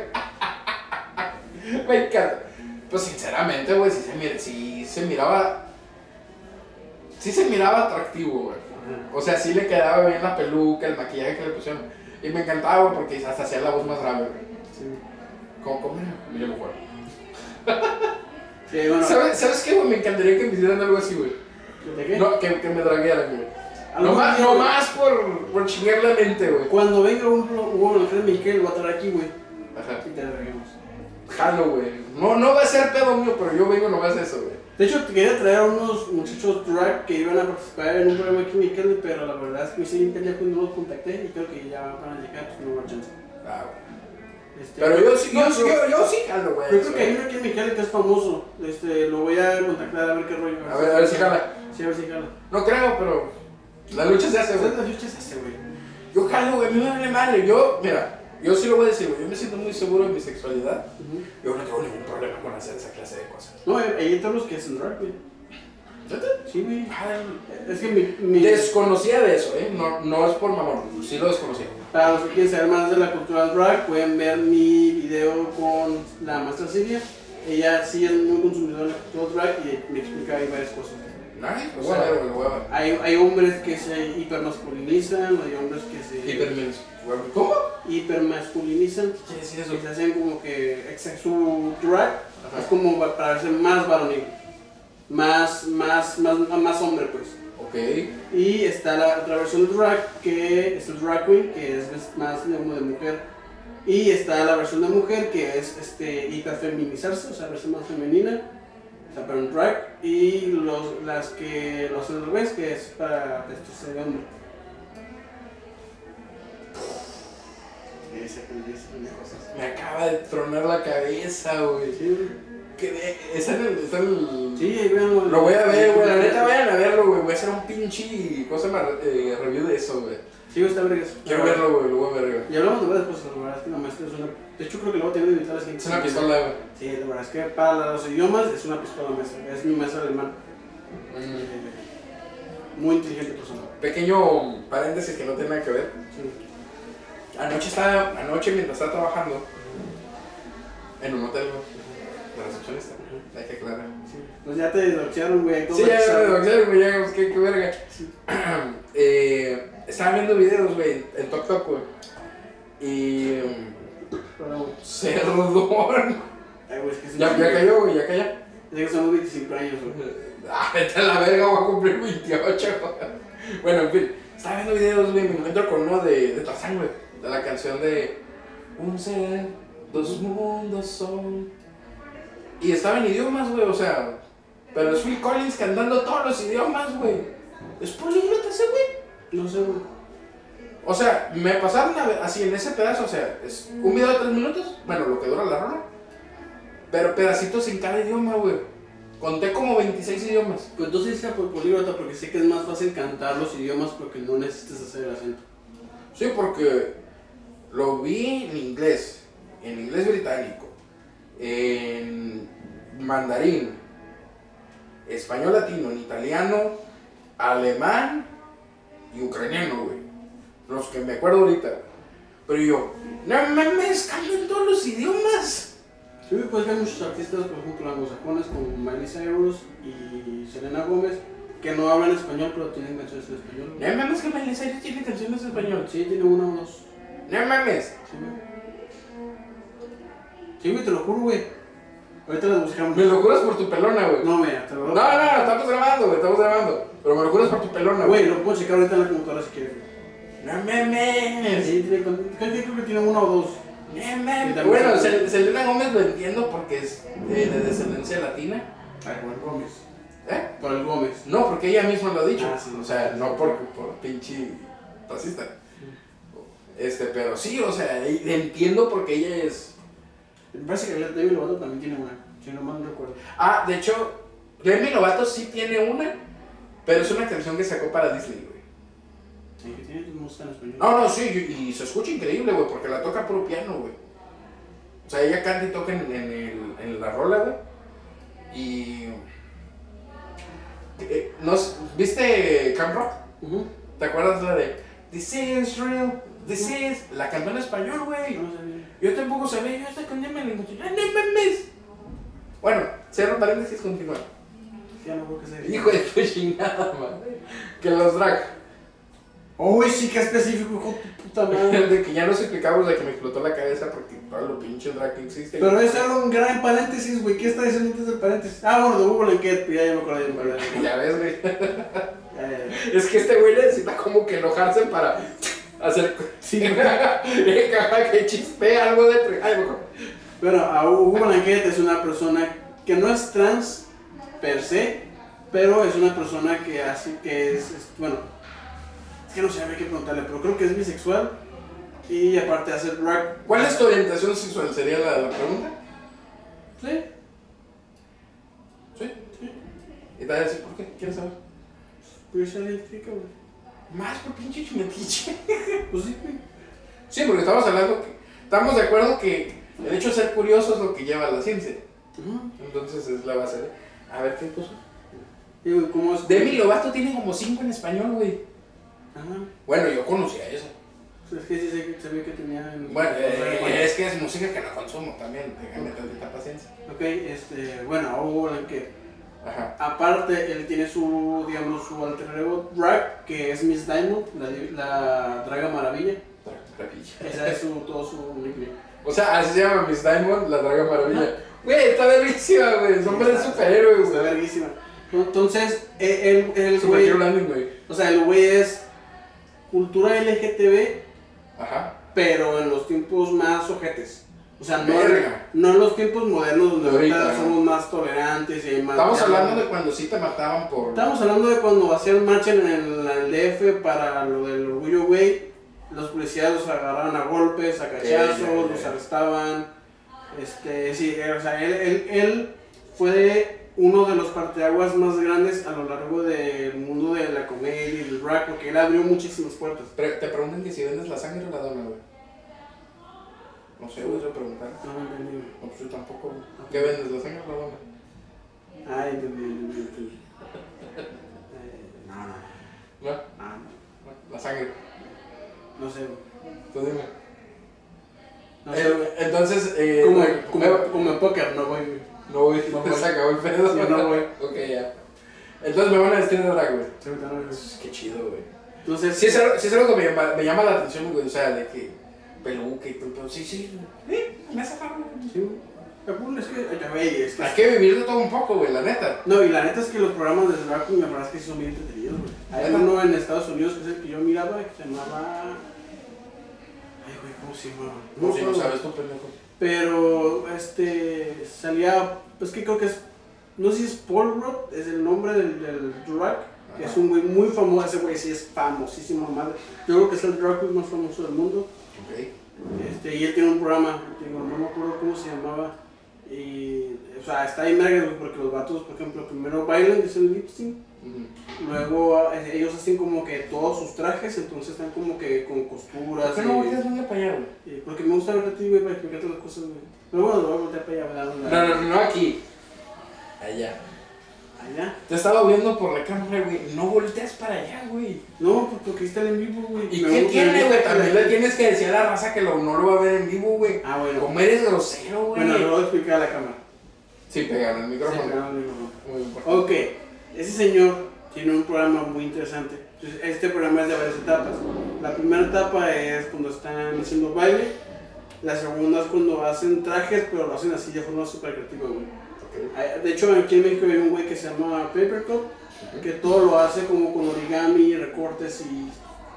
Me encanta. Pues sinceramente, güey, sí se, mir- sí se miraba... Sí se miraba atractivo, güey. O sea, sí le quedaba bien la peluca, el maquillaje que le pusieron. Y me encantaba, güey, porque hasta hacía la voz más grave, güey. Sí. Como, como, mira, mira, mejor. Sí, bueno, ¿Sabes, ¿Sabes qué, güey? Me encantaría que me hicieran algo así, güey. ¿de qué? No, que, que me draguearan, güey. Algún No más, día, no güey, más por, por chingar la mente, güey. Cuando venga un huevo en el frente mexicano, lo va a traer aquí, güey, Ajá. y te dragueamos. Jalo, güey. No, no va a ser pedo mío, pero yo vengo nomás a eso, güey. De hecho, te quería traer a unos muchachos drag que iban a participar en un programa aquí en Mexicali, pero la verdad es que me hice bien pendejo y no los contacté y creo que ya van a llegar, pues no va a haber chance. Ah, güey. Este, Pero yo sí, no, yo, sí- pero- yo, yo sí jalo, güey. Yo eso, creo que hay güey. uno aquí en Mexicali que es famoso. Este, lo voy a contactar a ver qué rollo. A ver, a ver si jala. Sí, a ver si jala. No creo, pero la lucha se hace, güey. ¿Cuántas luchas hace, güey? Yo jalo, güey. A mí me vale madre. Yo, mira, yo sí lo voy a decir, güey. Yo me siento muy seguro de mi sexualidad. Yo no tengo ningún problema con hacer esa clase de cosas. No, hay, hay todos los que hacen drag, güey. ¿Neta? Sí, güey. Ay, Es que mi, mi- Desconocía de eso, ¿eh? No, no es por mamón. Sí lo desconocía. para los que quieren saber más de la cultura drag, pueden ver mi video con la maestra Silvia. Ella sí es muy consumidora de la cultura drag y me explica ahí varias cosas. Nice, o Bueno. sea, güey, pues, lo voy a ver. Hay, hay hombres que se hipermasculinizan, hay hombres que se Hipermenos. ¿Cómo? hipermasculinizan, ¿Qué quiere decir que se hacen como que exa- su drag, Ajá. es como va- para verse más varonil, más, más, más, más hombre pues. Ok. Y está la otra versión de drag, que es el drag queen, que es ves- más de, como de mujer. Y está la versión de mujer, que es este, hiperfeminizarse, o sea, verse más femenina, o sea, para un drag. Y los, las que los hacen al revés, que es para vestirse de hombre. Me acaba de tronar la cabeza, güey. Sí, Que de- está en el. Está en el- Sí, ahí vean. Lo voy a ver, güey. La neta, vayan a verlo, güey. Voy a hacer un pinche. cosa más eh, review de eso, güey? Sí, güey, está vergas. Quiero verlo, güey. Lo voy a ver, güey. Y hablamos de varias cosas, la verdad es que la maestra es una. De hecho, creo que la voy a tener que invitar a la siguiente. Es una semana. pistola, güey. Sí, la verdad es que para los idiomas es una pistola maestra. Es mi maestra alemán. Eh, Mm. Muy inteligente persona. Pequeño paréntesis que no tiene nada que ver. Sí. Anoche estaba, anoche mientras estaba trabajando en un hotel, güey, la recepcionista, hay que aclarar. Sí. Pues ya te dedochearon, güey. todo Sí, ya, ya, bautizado. ya, ya, güey, ya, pues, qué, qué verga. Eh, estaba viendo videos, güey, en TikTok, güey. Y. um, Pero, güey, Cerdón. ay, güey, es que es Ya, ya cayó, güey, ya cayó. Es que somos 25 años, güey. Ah, vete a la verga, voy a cumplir 28, güey. Bueno, en fin, estaba viendo videos, güey, me encuentro con uno de, de Tarzán, güey. De la canción de Un ser, dos mundos son. Y estaba en idiomas, güey, o sea. Pero es Phil Collins cantando todos los idiomas, güey. Es políglota ese, güey. No sé, güey. O sea, me pasaron a ver- así en ese pedazo, o sea, es un video de tres minutos, bueno, lo que dura la rola. Pero pedacitos en cada idioma, güey. Conté como 26 idiomas. Pues entonces sea por políglota porque sé que es más fácil cantar los idiomas porque no necesitas hacer el acento. Sí, porque lo vi en inglés, en inglés británico, en mandarín, español latino, en italiano, alemán y ucraniano, güey. Los que me acuerdo ahorita. Pero yo, no mames, cambian todos los idiomas. Sí, güey, pues hay muchos artistas, por ejemplo, anglosajones como Miley Cyrus y Selena Gómez que no hablan español pero tienen canciones en español. güey. No mames que Miley Cyrus tiene canciones en español. Sí, tiene una o dos. No mames. Sí, güey. Sí, güey, te lo juro, güey. Ahorita las buscamos. Me lo juras por tu pelona, güey. No, No, mira, te lo no, no, estamos grabando, güey, estamos grabando. Pero me lo juras por tu pelona, güey. Güey, lo puedo checar ahorita en la computadora si quieres. güey. No mames. Sí, tiene, creo que- creo que tiene una o dos. Eh, man, Y también Bueno, se- Sel- Selena Gómez lo entiendo porque es eh, de descendencia latina. Ay, por el Gómez. ¿Eh? Por el Gómez. No, porque ella misma lo ha dicho. Ah, sí. O sea, no por, por pinche racista. Este, pero sí, o sea, y- entiendo porque ella es. Me parece que David Lovato también tiene una, si no mal no recuerdo. Ah, de hecho, Demi Lovato sí tiene una, pero es una canción que sacó para Disney, güey. Sí, que tiene no está en español. No, no, sí, y, y se escucha increíble, güey, porque la toca puro piano, güey. O sea, ella canta y toca en, en el- en la rola, güey. Y. eh, no s- ¿Viste Camp Rock? Ujú. ¿Te acuerdas la de This is real? This is. La cantó en español, güey. No sé. Yo tampoco sabía, yo hasta con me la encontré. ¡Ay, no mames! Bueno, cierro paréntesis, continúa. Ya no creo que sea. Hijo de tu chingada, madre. Que los drag. Uy, Oh, sí, qué específico, hijo de tu puta madre. De que ya nos explicamos de que me explotó la cabeza porque todo lo pinche drag que existe. Pero eso era un gran paréntesis, güey. ¿Qué está diciendo antes del paréntesis? Ah, bueno, de Google Enquete, ya, ya me acordé de un paréntesis. Ya ves, güey. Ya, ya, ya. Es que este güey necesita como que enojarse para hacer. Eh, Sí. Caja que chispea algo de tri- Ay, mejor. Bueno, a Hugo Blanquet es una persona que no es trans per se, pero es una persona que hace que es, es- bueno, es que no sé, habría que preguntarle, pero creo que es bisexual y aparte hace drag. ¿Cuál es tu orientación sexual? ¿Sería la, la pregunta? Sí, Sí. sí. Y te voy a decir, ¿por qué? ¿Quieres saber? Pero se identifica, güey. Más por pinche chimetiche. Pues sí, güey. Sí, porque estamos hablando que. Estamos de acuerdo que el hecho de ser curioso es lo que lleva a la ciencia. Ajá. Entonces es la base de. A ver qué puso. Y, güey, ¿cómo es? Demi Lovato tiene como cinco en español, güey. Ajá. Bueno, yo conocía eso. Pues Es que sí se, se ve que tenía. en- Bueno, eh, Pues bueno. es que es música que no consumo también. Téngame tantita paciencia. Ok, este, bueno, a Hugo Blanquet. Ajá. Aparte, él tiene su, digamos, su alter ego drag, que es Miss Diamond, la, div- la Draga Maravilla. Esa es su, todo su nickname. O sea, así se llama Miss Diamond, la Draga Maravilla. Güey, está bellísima, güey. Son hombres superhéroes, Está güey. verguísima. Entonces, él, él- el güey, Superhero Landing, güey. o sea, el güey es cultura LGTB, Ajá. Ah, pero en los tiempos más ojetes. O sea, no, Verga. no en los tiempos modernos donde ahorita, Ahorita, ¿no? somos más tolerantes y hay más... Estamos hablando de cuando sí te mataban por. Estamos hablando de cuando hacían marcha en el, en el DF para lo del orgullo, güey. Los policías los agarraban a golpes, a ya, cachazos, ya, ya. los arrestaban. Este, sí, eh, o sea, él, él, él fue uno de los parteaguas más grandes a lo largo del mundo de la comedia y del rap, porque él abrió muchísimas puertas. Pero te preguntan que si vendes la sangre o la dona, güey. No sé, güey, yo preguntar. No lo entendí. güey. No, pues yo tampoco. güey. ¿Qué vendes, la sangre o la dona? Ay, Ah, entendí, entendí, entendí. Eh, No, no, No, no, no. la sangre. No sé, güey. Tú dime. No Eh, sé, güey. entonces, eh, Como, no, como, como en póker, no, güey. no voy, no no voy. se acabó el pedo. Sí, no voy. Ok, ya. Entonces me van a vestir de drag, güey. Se me está raro. Qué chido, güey. No sé, Sí es, algo, sí es algo que me llama, me llama la atención, güey, o sea, de que peluca y todo, pero sí, sí, eh, me hace raro. güey. Sí, güey. El punto es que, ya ve, y es que- Hay que vivir de todo un poco, güey, la neta. No, y la neta es que los programas de Slack, la verdad es que sí son bien entretenidos, güey. Hay Ajá. uno en Estados Unidos que es el que yo miraba, que se llamaba... Ay, güey, ¿cómo se llamaba? Por si no me acuerdo. sabes tú, pendejo. Pero, este, salía, pues que creo que es, no sé si es Paul Rudd, es el nombre del, del drag, que Ajá. es un güey muy famoso, ese güey sí es famosísimo, madre. Yo creo que es el drag queen más famoso del mundo. Ok. Este, y él tiene un programa, te digo, no me acuerdo cómo se llamaba. Y, o sea, está ahí verga, güey, porque los vatos, por ejemplo, primero bailan, que es el lip sync, Ujú. luego eh, ellos hacen como que todos sus trajes, entonces están como que con costuras. ¿Por qué y- no volteas nunca para allá, güey? y- porque me gusta ver a ti, güey, para explicarte las cosas, güey. Pero bueno, lo voy a voltear para allá, ¿verdad? No, no, no, aquí. Allá. Allá. Te estaba viendo por la cámara, güey. No volteas para allá, güey. No, pues porque ahí está el en vivo, güey. ¿Y qué Me gusta- me tiene, gusta güey? que También la- le tienes que decir a la raza que lo, no lo va a ver en vivo, güey. Ah, bueno. Como eres grosero, güey. Bueno, lo voy a explicar a la cámara. Sí, pegaron el Sí, micrófono. claro, digo, Muy importante. Ok, ese señor tiene un programa muy interesante. Entonces, este programa es de varias etapas. La primera etapa es cuando están haciendo baile. La segunda es cuando hacen trajes, pero lo hacen así de forma súper creativa, güey. Ok. Hay- De hecho, aquí en México hay un güey que se llama Papercut, Ujú. que todo lo hace como con origami, recortes y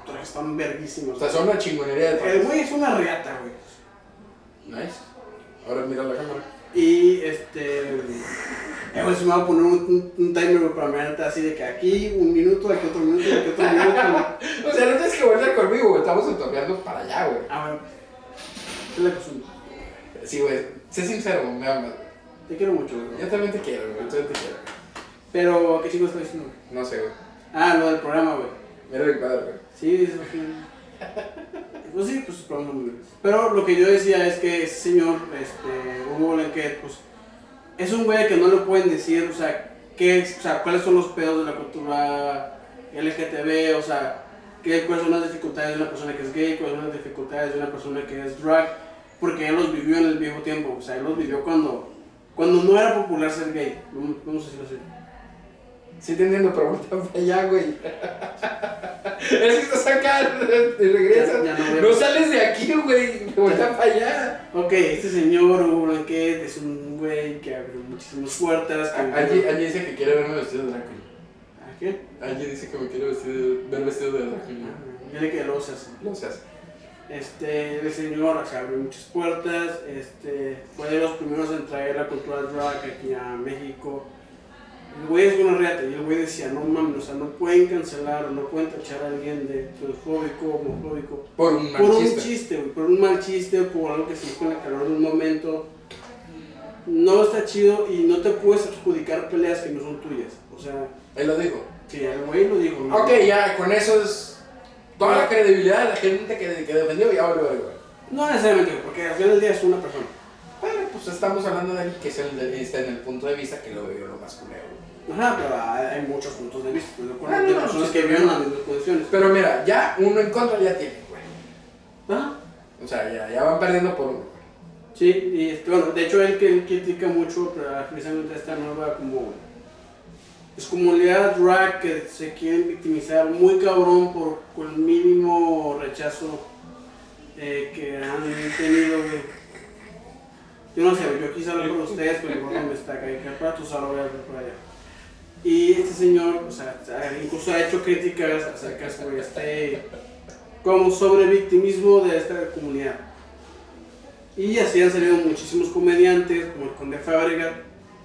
trajes tan verguísimos. O sea, son una chingonería de El trajes. güey es una reata, güey. Nice. Ahora mira la cámara. Y este. eh, pues, me voy a poner un, un- un timer güey, para mirarte así de que aquí un minuto, aquí otro minuto, aquí otro minuto. güey. O sea, no tienes que volver conmigo, güey. Estamos entorpeando para allá, güey. Ah, bueno. ¿Qué le pasó? Sí, güey. Sé sincero, me amas. güey. Te quiero mucho, güey. Yo también te quiero, güey. Yo también te quiero. Pero, ¿qué chico está diciendo? No sé, güey. Ah, lo del programa, güey. Mira el cuadro, güey. Sí, eso sí. Pues sí, pues sus programas son muy buenos. Pero lo que yo decía es que ese señor, este, Hugo Blanquet, pues es un güey que no le pueden decir, o sea, qué, es- o sea, cuáles son los pedos de la cultura LGTB, o sea, qué, cuáles son las dificultades de una persona que es gay, cuáles son las dificultades de una persona que es drag, porque él los vivió en el viejo tiempo, o sea, él los vivió cuando, cuando no era popular ser gay, vamos, vamos a decirlo así. Sí te entiendo, pero vuelta para allá, güey. Es que te sacan y regresas. Ya- ya no veo. no sales de aquí, güey. Vuelta para allá. Ok, este señor Hugo Blanquet es un güey que abrió muchísimas puertas. que- Angie, Angie dice que quiere verme vestido de drag queen. ¿A qué? Angie dice que me quiere vestir- ver vestido de drag queen. güey. Dile que lo seas. No seas. Este, el señor acá abrió muchas puertas, este, fue de los primeros en traer la cultura drag aquí a México. El güey es una reata y el güey decía, no mames, o sea, no pueden cancelar o no pueden tachar a alguien de transfóbico, homofóbico. Por un Por un machista. chiste, güey, por un mal chiste, por algo que se dijo en el calor de un momento. No está chido y no te puedes adjudicar peleas que no son tuyas. O sea, Él lo dijo. si el güey lo dijo, ¿no? Ok, ya, con eso es toda la credibilidad de la gente que, que defendió. Ya, vale, vale, vale. No necesariamente, porque al final del día es una persona. Pero pues estamos hablando de alguien que es el, está en el punto de vista que lo veo lo más culero. Ajá, pero hay hay muchos puntos de vista. Estoy de acuerdo. Ah, no, Hay no, personas sí, que sí, vieron no. las mismas condiciones. Pero mira, ya uno en contra ya tiene, güey. Ajá. O sea, ya, ya van perdiendo por uno. güey. Sí, y este, bueno, de hecho él que él critica mucho pero, precisamente esta nueva como es comunidad drag que se quieren victimizar muy cabrón por por el mínimo rechazo eh, que han tenido, güey. Yo no sé, yo quise hablar con ustedes, pero igual no me está acá, que para tus árboles por allá. Y este señor, o sea, incluso ha hecho críticas acerca sobre este, como sobre victimismo de esta comunidad. Y así han salido muchísimos comediantes, como el Conde Fábrega,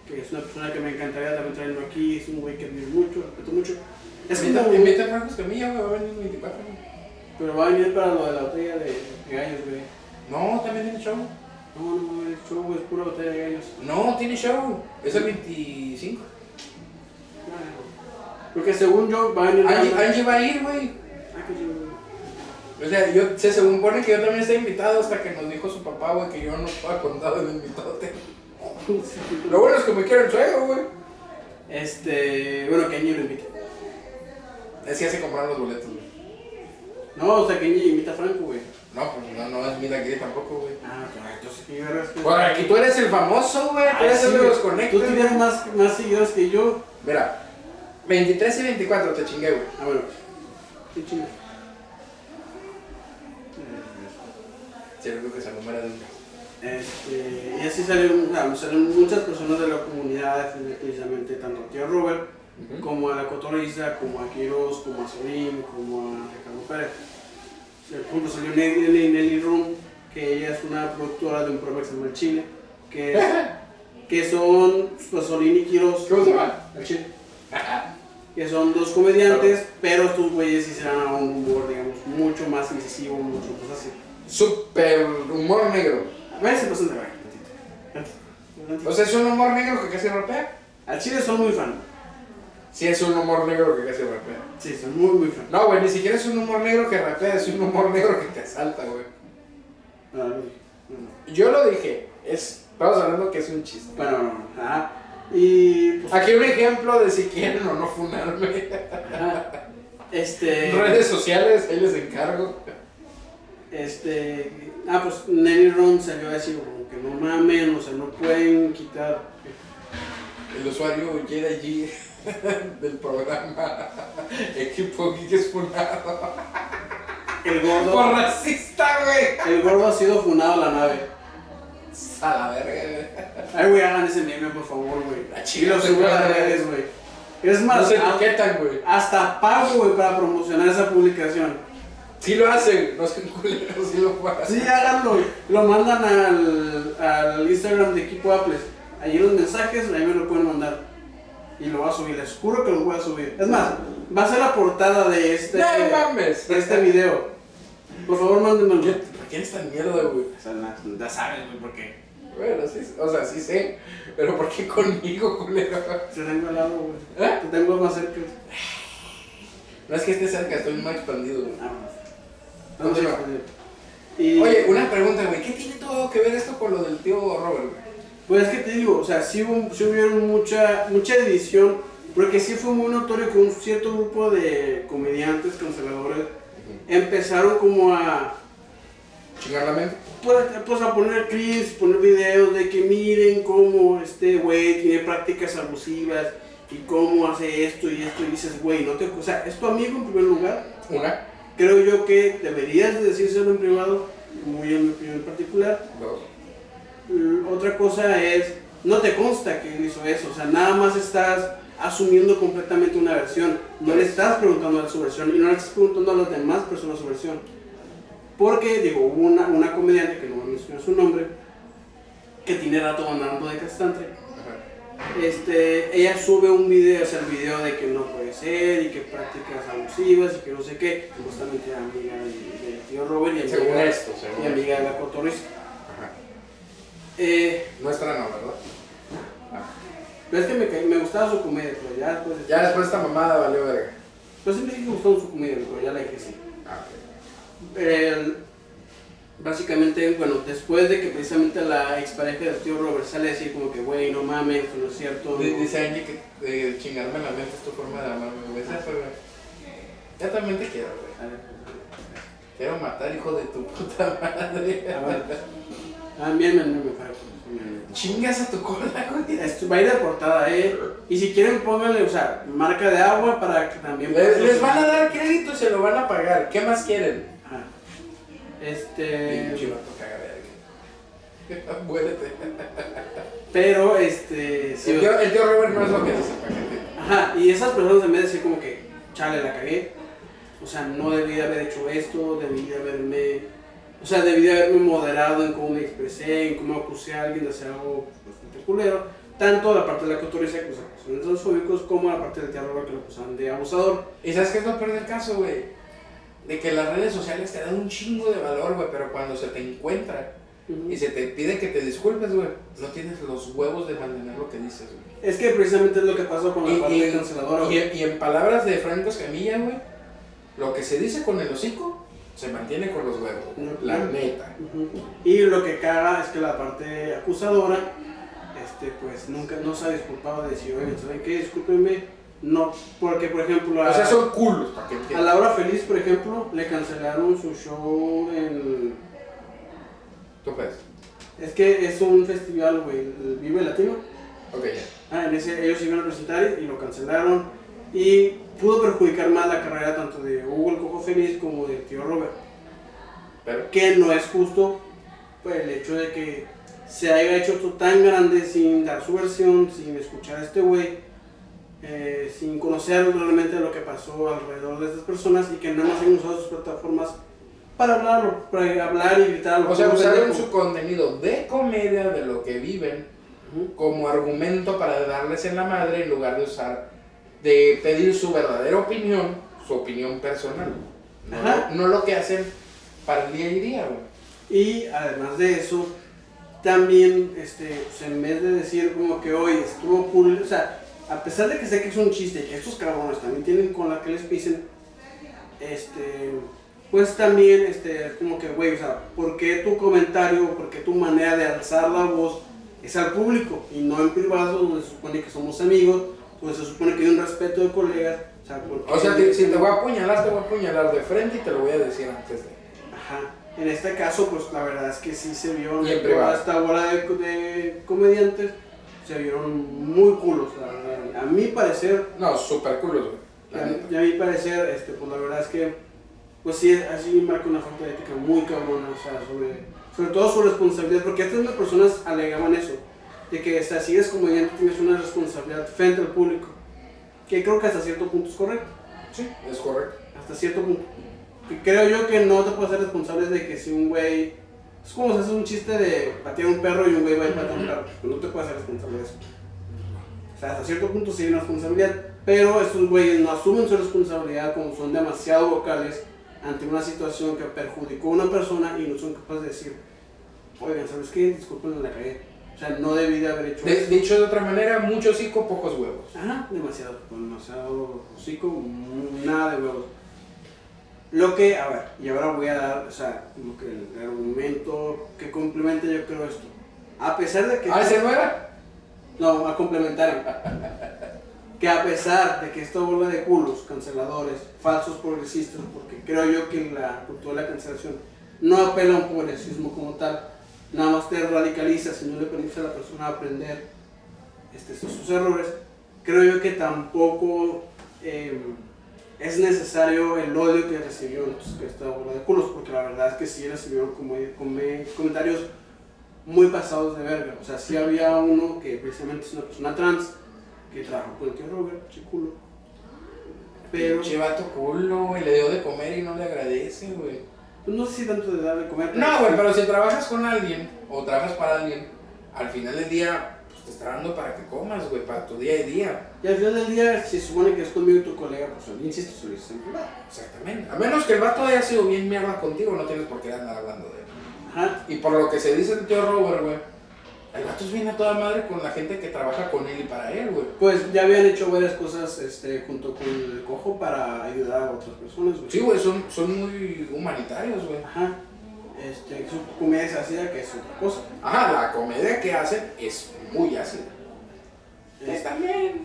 que es una persona que me encantaría también traerlo aquí, es un güey que admiro mucho, respeto mucho. Es Invita- como- Invita a Franco Escamilla, güey, va a venir el 24. güey. pero va a venir para lo de la botella de gallos, güey. No, también en el show. No, no, no, el show es pura batalla de gallos. No, tiene show. Es el 25. Bueno, Porque según yo, va a venir. Angie, banda- Angie va a ir, güey. Ah, que yo- O sea, yo, se supone que yo también estoy invitado hasta que nos dijo su papá, güey, que yo no estaba contado de invitarte. Lo bueno es que me quiero el suegro, güey. Este. Bueno, que Angie lo invite. Es que así compraron los boletos, güey. No, o sea, que Angie invita a Franco, güey. No, pues no, no es mira que tampoco, güey. Ah, claro, entonces que yo era. Por aquí tú eres el famoso, güey. Tú eres el de los Tú conectos. tienes más, más seguidores que yo. Mira, 23 y 24 te chingué, güey. Ah, bueno. Qué chido. Sí, yo creo que se enumera de un caso. Este, y así salen, claro, salen muchas personas de la comunidad, precisamente tanto a tío Robert, como a la Cotorriza, como a Quiroz, como a Sorín, como a Ricardo Pérez. Por ejemplo, salió Nelly, Nelly, Nelly Room, que ella es una productora de un programa que se llama El Chile, que, es- que son pues, Solín y Quiroz. ¿Cómo se llama? El Chile. Que son dos comediantes, pero estos güeyes hicieron un humor, digamos, mucho más incisivo, mucho más así. Super humor negro. A ver si pasan de verga, tantito. Tantito, tantito. O sea, es un humor negro que casi rapea. Al chile son muy fan. Sí, es un humor negro que casi rapea. Sí, son muy, muy fan. No, güey, ni siquiera es un humor negro que rapea, es un humor negro que te asalta, güey. No, no, no. Yo lo dije, es, estamos hablando que es un chiste. Bueno, no, no. Ajá. Y pues. Aquí un ejemplo de si quieren o no funarme. ajá. Este. Redes sociales, ahí les encargo. Este. Ah, pues Nelly Ron salió a decir como que no mamen, o sea, no pueden quitar. El usuario llega allí del programa Equipo Geek es funado. El gordo. Por racista, güey. El gordo ha sido funado a la nave. A la verga, güey. Ay, güey, hagan ese meme, por favor, güey. La Y chica lo se subo fue a a las la redes, güey. Es más, No se a- etiquetan, güey. hasta pago, güey, para promocionar esa publicación. Sí lo hacen, no son culeros, sí lo hacen. Sí, háganlo. Lo mandan al, al Instagram de Equipo Apples. Allí los mensajes, ahí me lo pueden mandar. Y lo voy a subir, les juro que lo voy a subir. Es más, va a ser la portada de este, No mames. de este video. Por ¿Por favor, qué, mándenmelo. por qué eres tan mierda, güey? Ya sabes, güey, por qué. Bueno, sí, o sea, sí sé, pero ¿por qué conmigo, culero? Te tengo al lado, güey. ¿Eh? Te tengo más cerca. No es que esté cerca, estoy más expandido. güey. Vamos Continúa. a y, Pues Oye, una pregunta, güey, ¿qué tiene todo que ver esto con lo del tío Robert, güey? Pues es que te digo, o sea, sí, hubo- sí hubieron mucha, mucha edición, porque sí fue muy notorio que un cierto grupo de comediantes, conservadores, empezaron como a, Chingar la mente. pues, pues, a poner clips, poner videos de que miren cómo este güey tiene prácticas abusivas y cómo hace esto y esto, y dices, güey, no te... O sea, es tu amigo en primer lugar, Una, creo yo que deberías de decírselo en privado, muy en mi opinión en particular, dos. Mm, Otra cosa es, no te consta que él hizo eso, o sea, nada más estás asumiendo completamente una versión, no le estás preguntando a su versión y no le estás preguntando a las demás personas su versión. Porque, digo, hubo una, una comediante, que no voy a mencionar su nombre, que tiene rato andando de castante, Ajá. este, ella sube un video, o sea, el video de que no puede ser y que prácticas abusivas y que no sé qué, justamente era amiga del del tío Robert y amiga, Según esto, según y amiga de la cotorrista. Ajá. Eh, No es trano, ¿verdad? Ah, Pero es que me, ca- me gustaba su comedia, pero ya después. Ya después esta mamada valió verga. Yo siempre dije que me gustaba su comedia, pero ya la dije sí. Ah, El- básicamente, bueno, después de que precisamente la expareja del tío Robert sale a decir como que, güey, no mames, esto no es cierto. ok. no". D- Dice Angie que eh, chingarme la mente es tu forma de amarme, güey. Es eso, güey. Yo también te quiero, güey. A ver, Quiero matar, hijo de tu puta madre. pues, a ver. Ah, bien, me- me fue. Mm. Bien. Chingas a tu cola, güey. Esto va a ir de portada, eh. Y si quieren, pónganle, o sea, marca de agua para que también. Les, les van a dar crédito y se lo van a pagar. ¿Qué más quieren? Ajá. Este. Pinche vato caga verga. Muérete. Pero, este. sí, El o- tío, el tío Robert no es lo que dice el paquete. Ajá, y esas personas en vez de decir como que, chale, la cagué, o sea, no debí de haber hecho esto, debí de haberme, o sea, debí de haberme moderado en cómo me expresé, en cómo acusé a alguien de hacer algo bastante culero, tanto la parte de la cotoriza que los acusaban de transfóbicos, como la parte del terror que lo acusaban de abusador. ¿Y sabes qué es lo peor del caso, güey? De que las redes sociales te dan un chingo de valor, güey, pero cuando se te encuentra, Ujú. y se te pide que te disculpes, güey, no tienes los huevos de mantener lo que dices, güey. Es que precisamente es lo que pasó con la Y- parte y- del cancelador. Y, y en palabras de Franco Escamilla, güey, lo que se dice con el hocico se mantiene con los huevos, güey, la Ujú. neta. Ujú. Y lo que caga es que la parte acusadora, este, pues nunca no se ha disculpado de decir, oye, ¿saben qué? Discúlpenme. No, porque por ejemplo a, O sea, son culos, para que a entiendan. Laura Feliz, por ejemplo, le cancelaron su show en... Tú puedes. Es que es un festival, güey, el Vive Latino. Ok, ya. Ah, en ese ellos se iban a presentar y lo cancelaron. Y pudo perjudicar más la carrera tanto de Hugo el Cojo Feliz como de tío Robert. Pero, que no es justo pues, el hecho de que se haya hecho esto tan grande sin dar su versión, sin escuchar a este güey, eh, sin conocer realmente lo que pasó alrededor de estas personas y que no más hayan usado sus plataformas para hablarlo, para hablar y gritarlo. o sea, Como usaron pendejo. su contenido de comedia de lo que viven Ujú. como argumento para darles en la madre en lugar de usar, de pedir su verdadera opinión, su opinión personal. No, Ajá. no lo que hacen para el día y día, güey. Y además de eso, también, este, pues, en vez de decir como que hoy estuvo cool, o sea, a pesar de que sé que es un chiste y que estos cabrones también tienen con la que les pisen, este, pues también, este, como que, güey, o sea, ¿por qué tu comentario, por qué tu manera de alzar la voz es al público y no en privado, donde se supone que somos amigos, donde se supone que hay un respeto de colegas? O sea, ¿por O sea, qué- te- si te voy a apuñalar, te voy a apuñalar de frente y te lo voy a decir antes de. Ajá. En este caso, pues la verdad es que sí se vio Y en privado. esta bola de, de comediantes, se vieron muy culos, la verdad. A mi parecer, No, super culos, güey. y La a, neta. y a mi parecer, este, pues la verdad es que, pues sí, así marca una falta de ética muy cabrona, o sea, sobre, sobre todo su responsabilidad, porque estas mismas personas alegaban eso, de que hasta si eres comediante tienes una responsabilidad frente al público, que creo que hasta cierto punto es correcto Sí, es correcto. hasta cierto punto. Y Creo yo que no te puedes ser responsable de que si un güey. Es como si haces un chiste de patear un perro y un güey va y patea un perro. Pues No te puedes ser responsable de eso. O sea, hasta cierto punto sí hay una responsabilidad. Pero estos güeyes no asumen su responsabilidad como son demasiado vocales ante una situación que perjudicó a una persona y no son capaces de decir, oigan, ¿sabes qué? Disculpen la cagué. O sea, no debí de haber hecho De- eso. dicho de otra manera, mucho hocico, pocos huevos. Ajá, demasiado, demasiado hocico, mm, nada de huevos. Lo que, a ver, y ahora voy a dar, o sea, como que el argumento que complementa yo creo esto. A pesar de que... ¿Ah, ese no era? No, a complementar. que a pesar de que esta bola de culos, canceladores, falsos progresistas, porque creo yo que la cultura de la cancelación no apela a un progresismo como tal, nada más te radicalizas y no le permites a la persona aprender este, sus, sus errores, creo yo que tampoco eh, es necesario el odio que recibió entonces, que esta bola de culos, porque la verdad es que sí recibieron como, como- comentarios muy pasados de verga. O sea, sí había uno que precisamente es una persona trans que trabajó con el tío Robert, chiculo. Pero Pinche vato culo, güey. Le dio de comer y no le agradece, güey. pues, no sé si tanto de dar de comer. No, güey, pero si trabajas con alguien o trabajas para alguien, al final del día, pues te está dando para que comas, güey, para tu día a día. Y al final del día, si se supone que es conmigo y tu colega, pues yo insisto, se lo dices en privado. Exactamente. A menos que el vato haya sido bien mierda contigo, no tienes por qué andar hablando de él. Ajá. Y por lo que se dice el tío Robert, güey, el vato es bien a toda madre con la gente que trabaja con él y para él, güey. Pues ya habían hecho varias cosas este, junto con el cojo para ayudar a otras personas. güey. Sí, güey, son, son muy humanitarios, güey. Ajá. Este, su comedia se hacía que es otra cosa. Ajá, la comedia que hacen es muy ácida. Que Este, también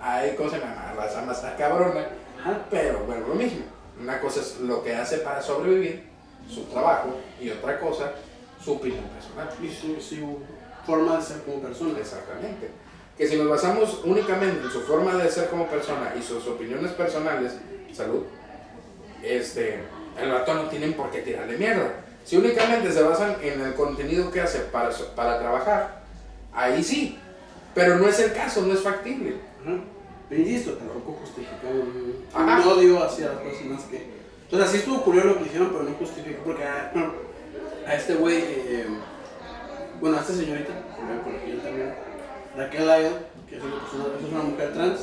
hay cosas más, las amas está cabrona. ajá. Pero bueno, lo mismo. Una cosa es lo que hace para sobrevivir, su trabajo, y otra cosa, su opinión personal. Y su, su forma de ser como persona. Exactamente. Que si nos basamos únicamente en su forma de ser como persona y sus opiniones personales, salud, este, el vato no tienen por qué tirarle mierda. Si únicamente se basan en el contenido que hace para, so- para trabajar, ahí sí. Pero no es el caso, no es factible. Ajá. Pero insisto, tampoco justifica un, un Ajá. odio hacia las personas que. O sea, sí estuvo curioso lo que hicieron, pero no justifica. Porque a, a este güey, eh, bueno, a esta señorita, porque voy a corregir también, Raquel Lyon, que es una, persona, es una mujer trans,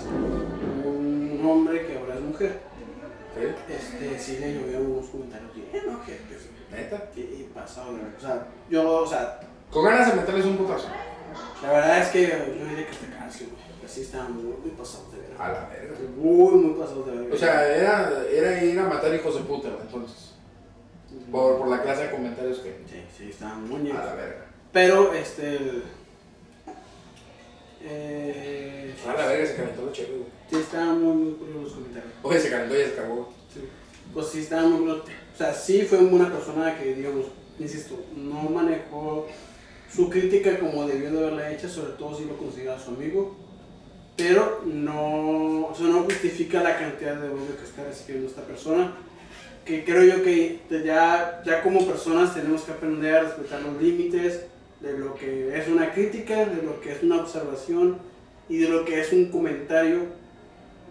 un hombre que ahora es mujer. ¿sí? Este, este, sí le llovieron unos comentarios bien ojetes. Neta. Y, y pasado, de ver- o sea, yo, o sea, Con ganas de meterles un putazo. la verdad es que yo diría que hasta casi, güey. Así estaban muy, muy pasados de verga. A la verga. Muy, muy pasados de verga. Ah. O sea, era, era ir a matar hijos de puta, entonces. Por, por la clase de comentarios que. Sí, sí, estaban A muy la verga. Pero, este, el- eh, A la verga se calentó la chévere, güey. sí, estaban muy, muy curiosos los comentarios. Oye, se calentó y se cagó. Sí. Pues sí, estaba muy brot- O sea, sí fue una persona que, digamos, insisto, no manejó su crítica como debió de haberla hecho, sobre todo si lo considera su amigo. Pero no, o sea, no justifica la cantidad de odio que está recibiendo esta persona. Que creo yo que ya, ya como personas tenemos que aprender a respetar los límites de lo que es una crítica, de lo que es una observación y de lo que es un comentario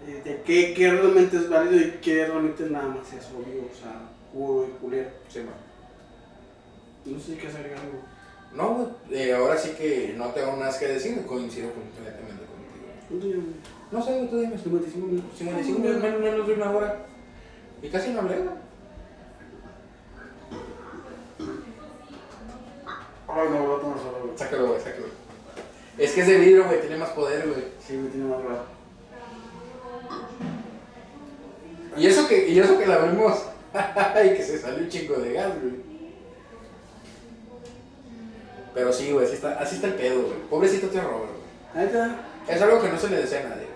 eh, de qué, qué realmente es válido y qué realmente nada más es obvio, o sea, puro y culero. Sí, man. No sé si quieres agregar algo. No, güey. eh, ahora sí que no tengo más que decir, coincido completamente contigo. ¿Cuánto llevo? No sé, güey, tú dime. 55 minutos. 55 minutos, menos, menos de una hora. Y casi no hablé, güey. Ay, no, voy a tomar solo, güey. Sácalo, güey, sácalo. Es que ese vidrio, güey, tiene más poder, güey. Sí, me tiene más raro. Y eso que, y eso que la abrimos. y que se salió un chingo de gas, güey. Pero sí, güey, así está, así está el pedo, güey. Pobrecito tío Robert, güey. Ahí está. Es algo que no se le desea a nadie.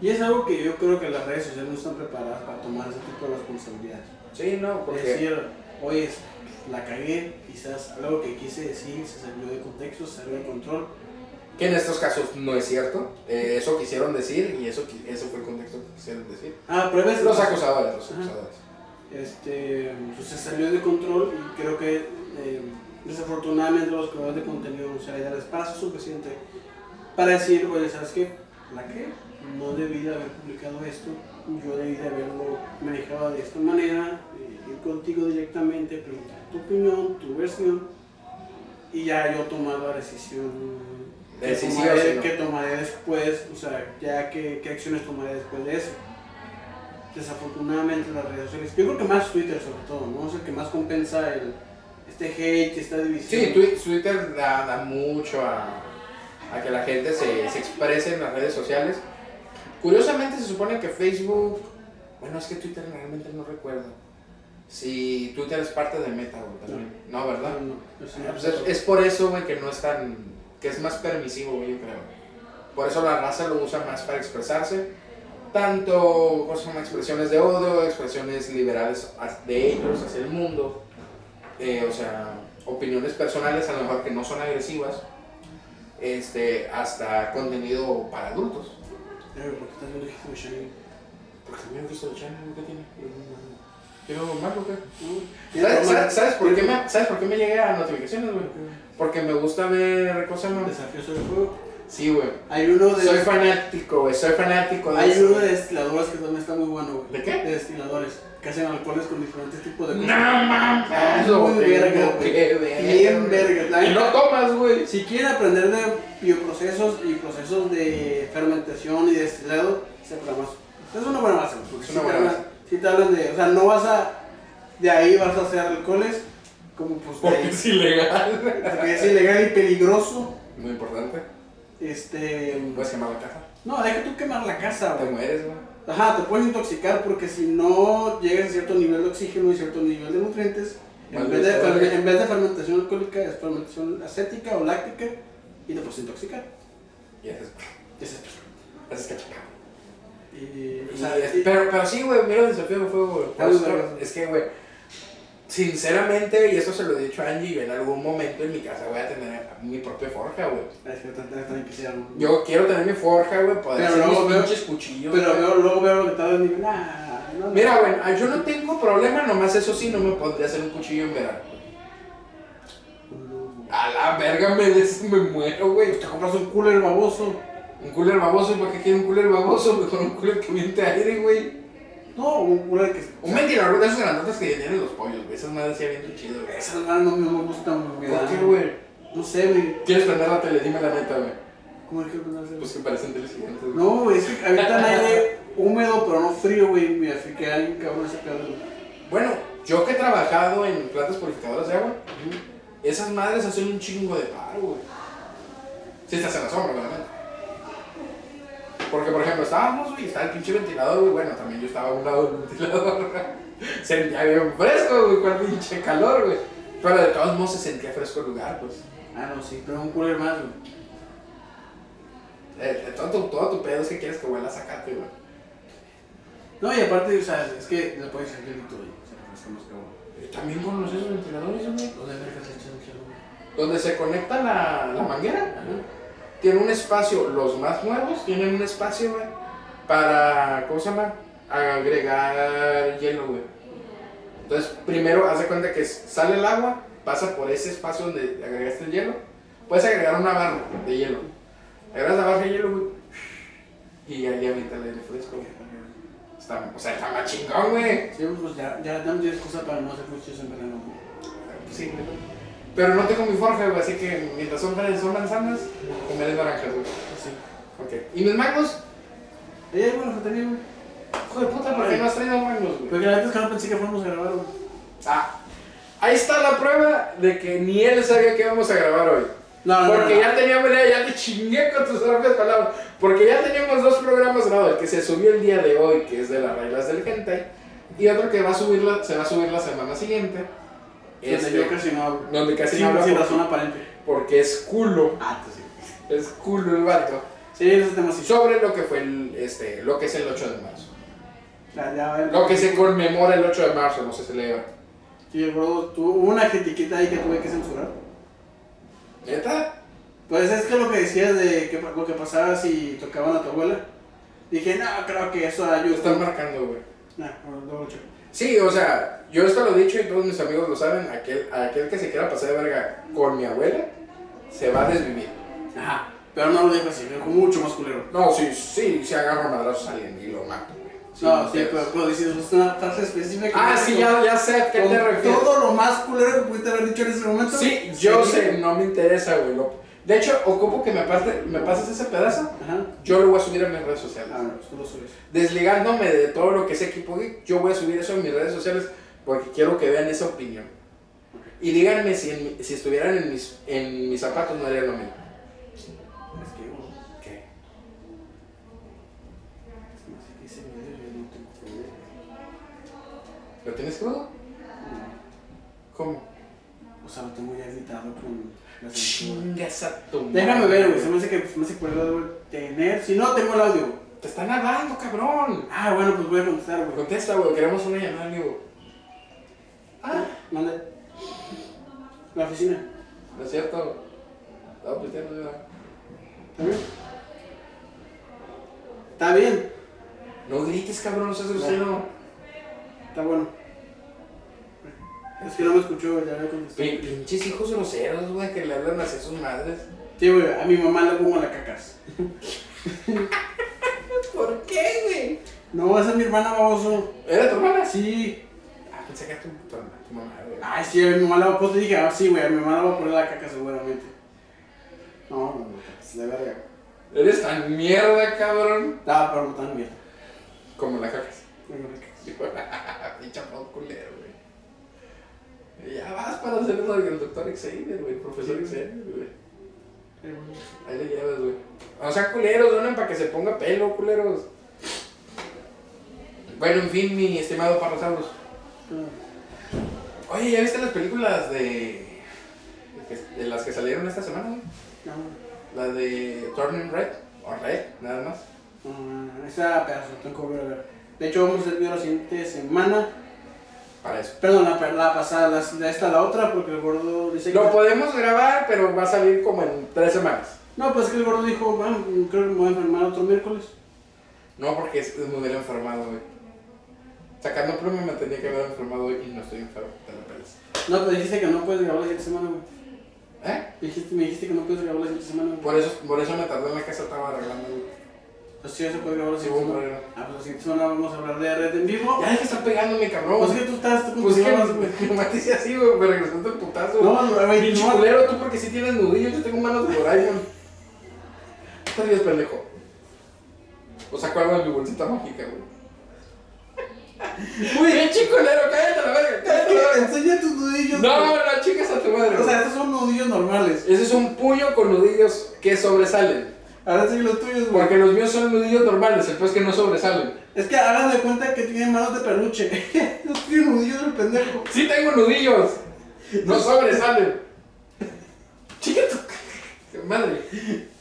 Y es algo que yo creo que las redes sociales no están preparadas para tomar ese tipo de responsabilidades. Sí, no, Es porque. decir, oye, la cagué, quizás algo que quise decir se salió de contexto, se salió de control. Que en estos casos no es cierto. Eh, eso quisieron decir y eso, qui- eso fue el contexto que quisieron decir. Ah, pero a veces Los pasa. acosadores, los Ajá. acosadores. este, pues se salió de control y creo que eh, desafortunadamente los creadores de contenido no se le da el espacio suficiente para decir, oye, ¿sabes qué? ¿La qué? No debí de haber publicado esto, yo debí de haberlo manejado de esta manera, eh, ir contigo directamente, preguntar tu opinión, tu versión, y ya yo tomar la decisión que De si sí o tomaré- si no. que tomaré después, o sea, ya que, qué acciones tomaré después de eso desafortunadamente las redes sociales, yo creo que más Twitter sobre todo, ¿no? Es el que más compensa el, este hate, esta división. Sí, Twi- Twitter da, da mucho a, a que la gente se, se exprese en las redes sociales. Curiosamente se supone que Facebook, bueno, es que Twitter realmente no recuerdo. Si Twitter es parte de Meta, güey, también. No, ¿verdad? No, no, no sé. Ah, pues es, es por eso, güey, que no es tan... que es más permisivo, güey, yo creo. Por eso la raza lo usa más para expresarse. Tanto cosas como expresiones de odio, expresiones liberales as- de ellos hacia el mundo. eh, o sea, opiniones personales a lo mejor que no son agresivas. Este, hasta contenido para adultos. Eh, porque estás viendo que fue Shaggy. Porque me gusta el channel, ¿qué tiene? No, ¿Tiene algo malo o qué? no, ¿Sabes, no, sabes- sabes por qué no, me, ¿Sabes por qué me llegué a notificaciones, güey? Porque me gusta ver cosas no. más. Desafíos del juego. Sí, güey. Hay uno de Soy fanático, güey, soy fanático de hay eso. uno de destiladores que también está muy bueno, güey. ¿De qué? De destiladores que hacen alcoholes con diferentes tipos de No cosas. mames, Muy lo verga, tengo güey. que ver, Bien güey. verga, la Y neta. no tomas, güey. Si quieren aprender de bioprocesos y procesos de fermentación y destilado, se programa. Es una buena base. Porque Es si una te buena hablan- base. si te hablan de. O sea, no vas a. De ahí vas a hacer alcoholes. Como pues. Porque de- es ilegal. porque es ilegal y peligroso. Muy importante. Este. Puedes quemar la caja. Ah, No, deja tú quemar la casa, Te güey. mueres, güey. Ajá, te pueden intoxicar porque si no llegas a cierto nivel de oxígeno y cierto nivel de nutrientes, en Vale, vez de, está fer- bien. en vez de fermentación alcohólica es fermentación acética o láctica y te puedes intoxicar. Y haces. Ese es- Haces cachacá. Y, Y o sea, es- y- pero, pero sí, güey, mira el desafío de fuego, güey. Por Ah, eso, bueno. Es que, güey, sinceramente, y eso se lo he dicho a Angie, yo en algún momento en mi casa voy a tener mi propia forja, güey. es que tan- tan- tan quisiera, ¿no? Yo quiero tener mi forja, güey, poder Pero hacer luego mis veo- pinches cuchillos. Pero güey. veo, luego veo lo que tal y digo, nah, no, no. Mira, güey, ah, yo no tengo problema, nomás eso sí, no me podría hacer un cuchillo en verano. A la verga, me, des- me muero, güey. Te compras un cooler baboso. Un cooler baboso, ¿para qué quiero un cooler baboso? Mejor un cooler que miente aire, güey. No, un cooler que. Un ventilador de esas grandotas que tienen los pollos, güey. Esas madres sí bien chido, güey. Esas manos no me gustan, me ¿Por dan- qué, güey? No sé, güey. ¿Quieres prender la tele? Dime la neta, güey. ¿Cómo es que lo van a hacer? Pues que parecen teles gigantes, güey. No, güey, es que ahorita nadie. húmedo, pero no frío, güey. Me así que alguien cabrón ese pedo. güey. Bueno, yo que he trabajado en plantas purificadoras de agua, esas madres hacen un chingo de paro, güey. Si estás en la sombra, obviamente. Porque, por ejemplo, estábamos, güey, estaba el pinche ventilador, güey. Bueno, también yo estaba a un lado del ventilador. se sentía bien fresco, güey, cuál pinche calor, güey. Pero de todos modos se sentía fresco el lugar, pues. Ah, no, sí, pero un cooler más, güey. Eh, eh, todo, tu, todo tu pedo es que quieres que huela a zacate, güey. No, y aparte, o sea, es que le puedes echar hielito, güey. O sea, refresca más que agua. Eh, También con los esos ventiladores, güey. ¿Dónde vergas le echan hielo, güey? Donde se conecta la, la manguera. Ajá. tiene un espacio, los más nuevos tienen un espacio, güey, para, ¿cómo se llama? Agregar hielo, güey. Entonces, primero, haz de cuenta que sale el agua, pasa por ese espacio donde agregaste el hielo. Puedes agregar una barra de hielo. Agregas la barra de hielo, güey, y ahí avienta el aire fresco, güey. Está, o sea, está más chingón, güey. Sí, pues ya, ya tenemos 10 cosas para no hacer cuchillos en verano, güey. Sí, güey. Pero no tengo mi forja, güey, así que mientras son, son manzanas, comeré naranjas, güey. Así. Ok. ¿Y mis mangos? Eh, bueno, fue también, güey. Hijo de puta, ¿por qué no has traído mangos, güey? Pero que la neta es que no pensé que fuéramos a grabar, güey. Ah, ahí está la prueba de que ni él sabía que íbamos a grabar hoy. No, no, Porque no, no. ya teníamos, ya ya te chingué con tus propias palabras. Porque ya teníamos dos programas grabados, el que se subió el día de hoy, que es de las reglas del gente, y otro que va a subir la- se va a subir la semana siguiente. Donde Este, yo casi no hablo. donde casi Sin- no habla Sin por- razón aparente. porque es culo, Ah, sí. es culo el vato. Sí, ese tema sí. Sobre lo que fue el, este, lo que es el 8 de marzo. Ya, ya, va. Lo que se conmemora el 8 de marzo, no se celebra. Sí, bro, tuvo una etiqueta ahí que tuve que censurar. ¿Neta? Pues es que lo que decías de que, lo que pasaba si tocaban a tu abuela. Dije, no, creo que eso Lo ayuda. están marcando, güey. No, no, no, checo. Sí, o sea, yo esto lo he dicho y todos mis amigos lo saben, aquel, aquel que se quiera pasar de verga con mi abuela, se va a desvivir. Ajá. Pero no lo dijo así, lo dijo mucho más culero. No, sí, sí, se agarra madrazos a alguien y lo mato, güey. no, sí, pues. ustedes. pero, pero dices, es una frase específica. Ah, sí, ya, ya sé a qué Con te refieres. Todo lo más culero que pudiste haber dicho en ese momento. Sí, yo Sí. sé, no me interesa, güey. lo- De hecho, ocupo que me, pase- me pases ese pedazo, Ajá. yo lo voy a subir a mis redes sociales. Ah, no, pues tú lo subes. Desligándome de todo lo que es equipo geek, yo voy a subir eso en mis redes sociales porque quiero que vean esa opinión. Y díganme si, en mi- si estuvieran en mis, en mis zapatos no harían lo mismo. Es que, bueno, ¿Qué? es más, es que ese video yo no tengo problema. ¿Lo tienes crudo? ¿Cómo? O sea, lo tengo ya editado con la censura. Chingas a tu madre. Déjame ver, güey. Se me hace que se me hace cuerdo, güey. Tener. Si no, tengo el audio. güey. Te están hablando, cabrón. Ah, bueno, pues voy a contestar, güey. Contesta, güey. Queremos una llamada en vivo. Ah, Manda. La oficina. no es cierto. Estaba pisteando, ¿verdad? ¿Está bien? Está bien. No grites, cabrón. No seas grosero. Está bueno. Es que no me escuchó, güey. Ya había contestado. Pin- Pinches hijos groseros, güey, que le hablan así a sus madres. Sí, güey. A mi mamá le pongo la cacas. ¿Por qué, No, esa es mi hermana baboso. güey? ¿Era tu hermana? Sí. Ah, pensé que era tu, tu, hermana, tu mamá, güey. Ay, sí, a mi mamá le voy a poner. Dije, ah, sí, güey. A mi mamá le voy a poner la caca seguramente. No, no, no. Es de verga. güey. Eres tan mierda, cabrón. Estaba pero no tan bien. Como la jacas. Ah, Tengo la cacas. Pinche aplauso culero, güey. Y Ya vas para hacer eso del doctor Xavier, güey, el profesor Sí. Xavier, güey. Pero bueno. Ahí le llevas, güey. O sea, culeros, donen para que se ponga pelo, culeros. Bueno, en fin, mi estimado Parrosaurus. Oye, ¿ya viste las películas de. de las que salieron esta semana, güey? No, no. La de Turning Red, o Red, nada más. Mm, esa pedazo, tengo que volver a ver. De hecho, vamos a hacer video la siguiente semana. Para eso. Perdón, la, la pasada, la, la- esta la otra, porque el gordo dice que. Lo podemos grabar, pero va a salir como en tres semanas. No, pues es que el gordo dijo, "Ah, mm, creo que me voy a enfermar otro miércoles. No, porque es, es modelo enfermado, güey. Sacando pluma me tenía que haber enfermado hoy y no estoy enfermo, te lo pelas. No, pero dijiste que no puedes grabar la siguiente semana, güey. ¿Eh? Dijiste, me dijiste que no puedes grabar la siguiente semana, güey. Por eso, por eso me tardé en la casa, estaba arreglando, güey. Pues sí, ya se puede grabar la Sí, hubo siguiente un semana. problema. Ah, pues la siguiente semana vamos a hablar de red en vivo. Ya hay que estar pegándome, cabrón. Pues que tú estás, tú con Pues tus que mamás, güey. me matice así, güey, me regresaste el putazo. No, no, güey, Pinche no. culero, tú porque sí tienes nudillo, yo tengo manos de Doraemon. No te rías, pendejo. O saco algo de mi bolsita mágica, güey. Uy, qué chicolero, cállate a la verga, cállate a la verga. Enseña tus nudillos. No, güey. no, chicas a tu madre. O güey. sea, estos son nudillos normales. Ese es un puño con nudillos que sobresalen. Ahora sí los tuyos, güey. Porque los míos son nudillos normales, el pues que no sobresalen. Es que hagan de cuenta que tienen manos de peluche. no tienen nudillos del pendejo. Sí tengo nudillos. No sobresalen. Chica tu madre.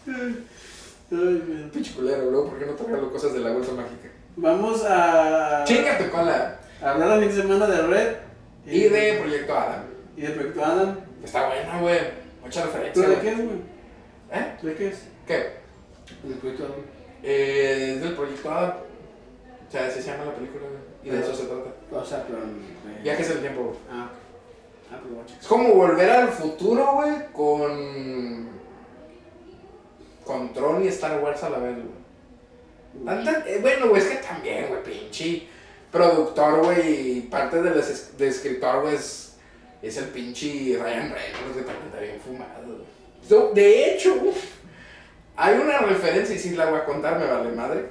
Ay, güey. Pinche culero, luego, ¿por qué no te regalo cosas de la bolsa mágica? Vamos a. Chinga tu cola. a hablar la fin de semana de Red. Y de Proyecto Adam. Y de Proyecto Adam. Está buena, güey. Mucha ¿Tú referencia. de güey. qué es, güey? ¿Eh? ¿De qué es? ¿Qué? De Proyecto Adam. Eh, es del Proyecto Adam. O sea, así se llama la película, güey. Y de eso se trata. O sea, pero. eh, Viajes en el tiempo, güey. Ah, ok. Ah, pero voy a checar. Es como volver al futuro, güey, con. Con Tron y Star Wars a la vez, güey. Tanta- eh, bueno, güey, es que también, güey, pinche productor, güey, y parte del es- de escritor, güey, es, es el pinche Ryan Reynolds, que también está bien fumado, güey. So, de hecho, uf, hay una referencia, y si la voy a contar, me vale madre.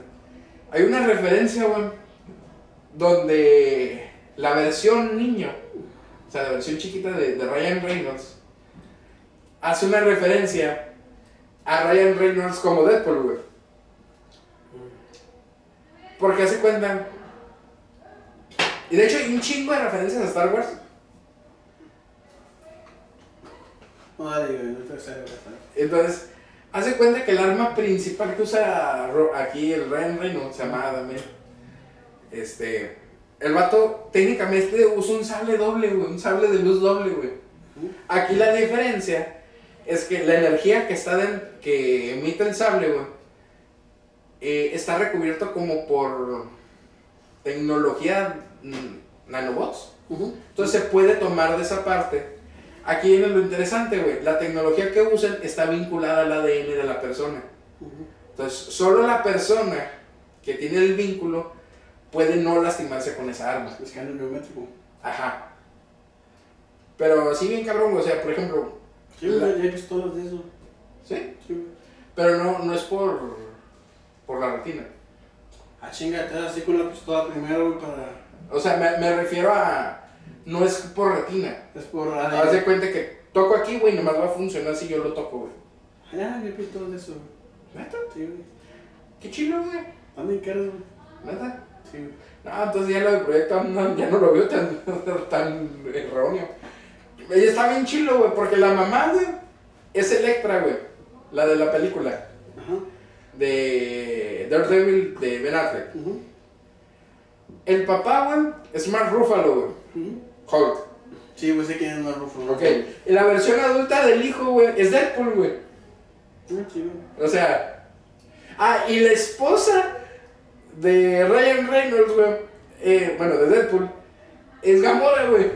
Hay una referencia, güey, donde la versión niño, o sea, la versión chiquita de, de Ryan Reynolds, hace una referencia a Ryan Reynolds como Deadpool, güey. Porque hace cuenta. Y de hecho hay un chingo de referencias a Star Wars. Ay, güey, no te sé, güey. Entonces, hace cuenta que el arma principal que usa Ro- aquí el Ryan Reynolds, se llama Adam, eh, este, el vato técnicamente usa un sable doble, güey, un sable de luz doble, güey. Aquí la diferencia es que la energía que está den- que emite el sable, güey, eh, está recubierto como por tecnología mm, nanobots. Ujú. Entonces se puede tomar de esa parte. Aquí viene lo interesante, güey. La tecnología que usan está vinculada al ADN de la persona. Ujú. Entonces, solo la persona que tiene el vínculo puede no lastimarse con esa arma. Es cambio geométrico. Ajá. Pero sí bien cabrón, güey. o sea, por ejemplo, Sí, güey, ya hay pistolas de eso. sí, Sí, güey. pero no, no es por, por la retina. Ah, chinga, te das así con la pistola primero, güey, para. O sea, me, me refiero a, no es por retina. Es por Haz ADN. de cuenta que toco aquí, güey, nomás va a funcionar si yo lo toco, güey. Ya, ya pistolas de eso, güey. ¿Neta? Sí, güey. Qué chido, güey. También caras, güey. ¿Neta? Sí, güey. No, entonces ya lo del proyecto no, ya no lo veo tan, tan erróneo. Ella está bien chilo, güey, porque la mamá, güey, es Electra, güey. La de la película. Ajá. De Daredevil de Ben Affleck. Ujú. El papá, güey, es Mark Ruffalo, güey. Ujú. Hulk. Sí, güey, sé quién es más rufo. Ok. Y la versión adulta del hijo, güey, es Deadpool, güey. Ah, sí, O güey. sea. Ah, y la esposa de Ryan Reynolds, güey. eh, bueno, de Deadpool. Es Gamora, güey.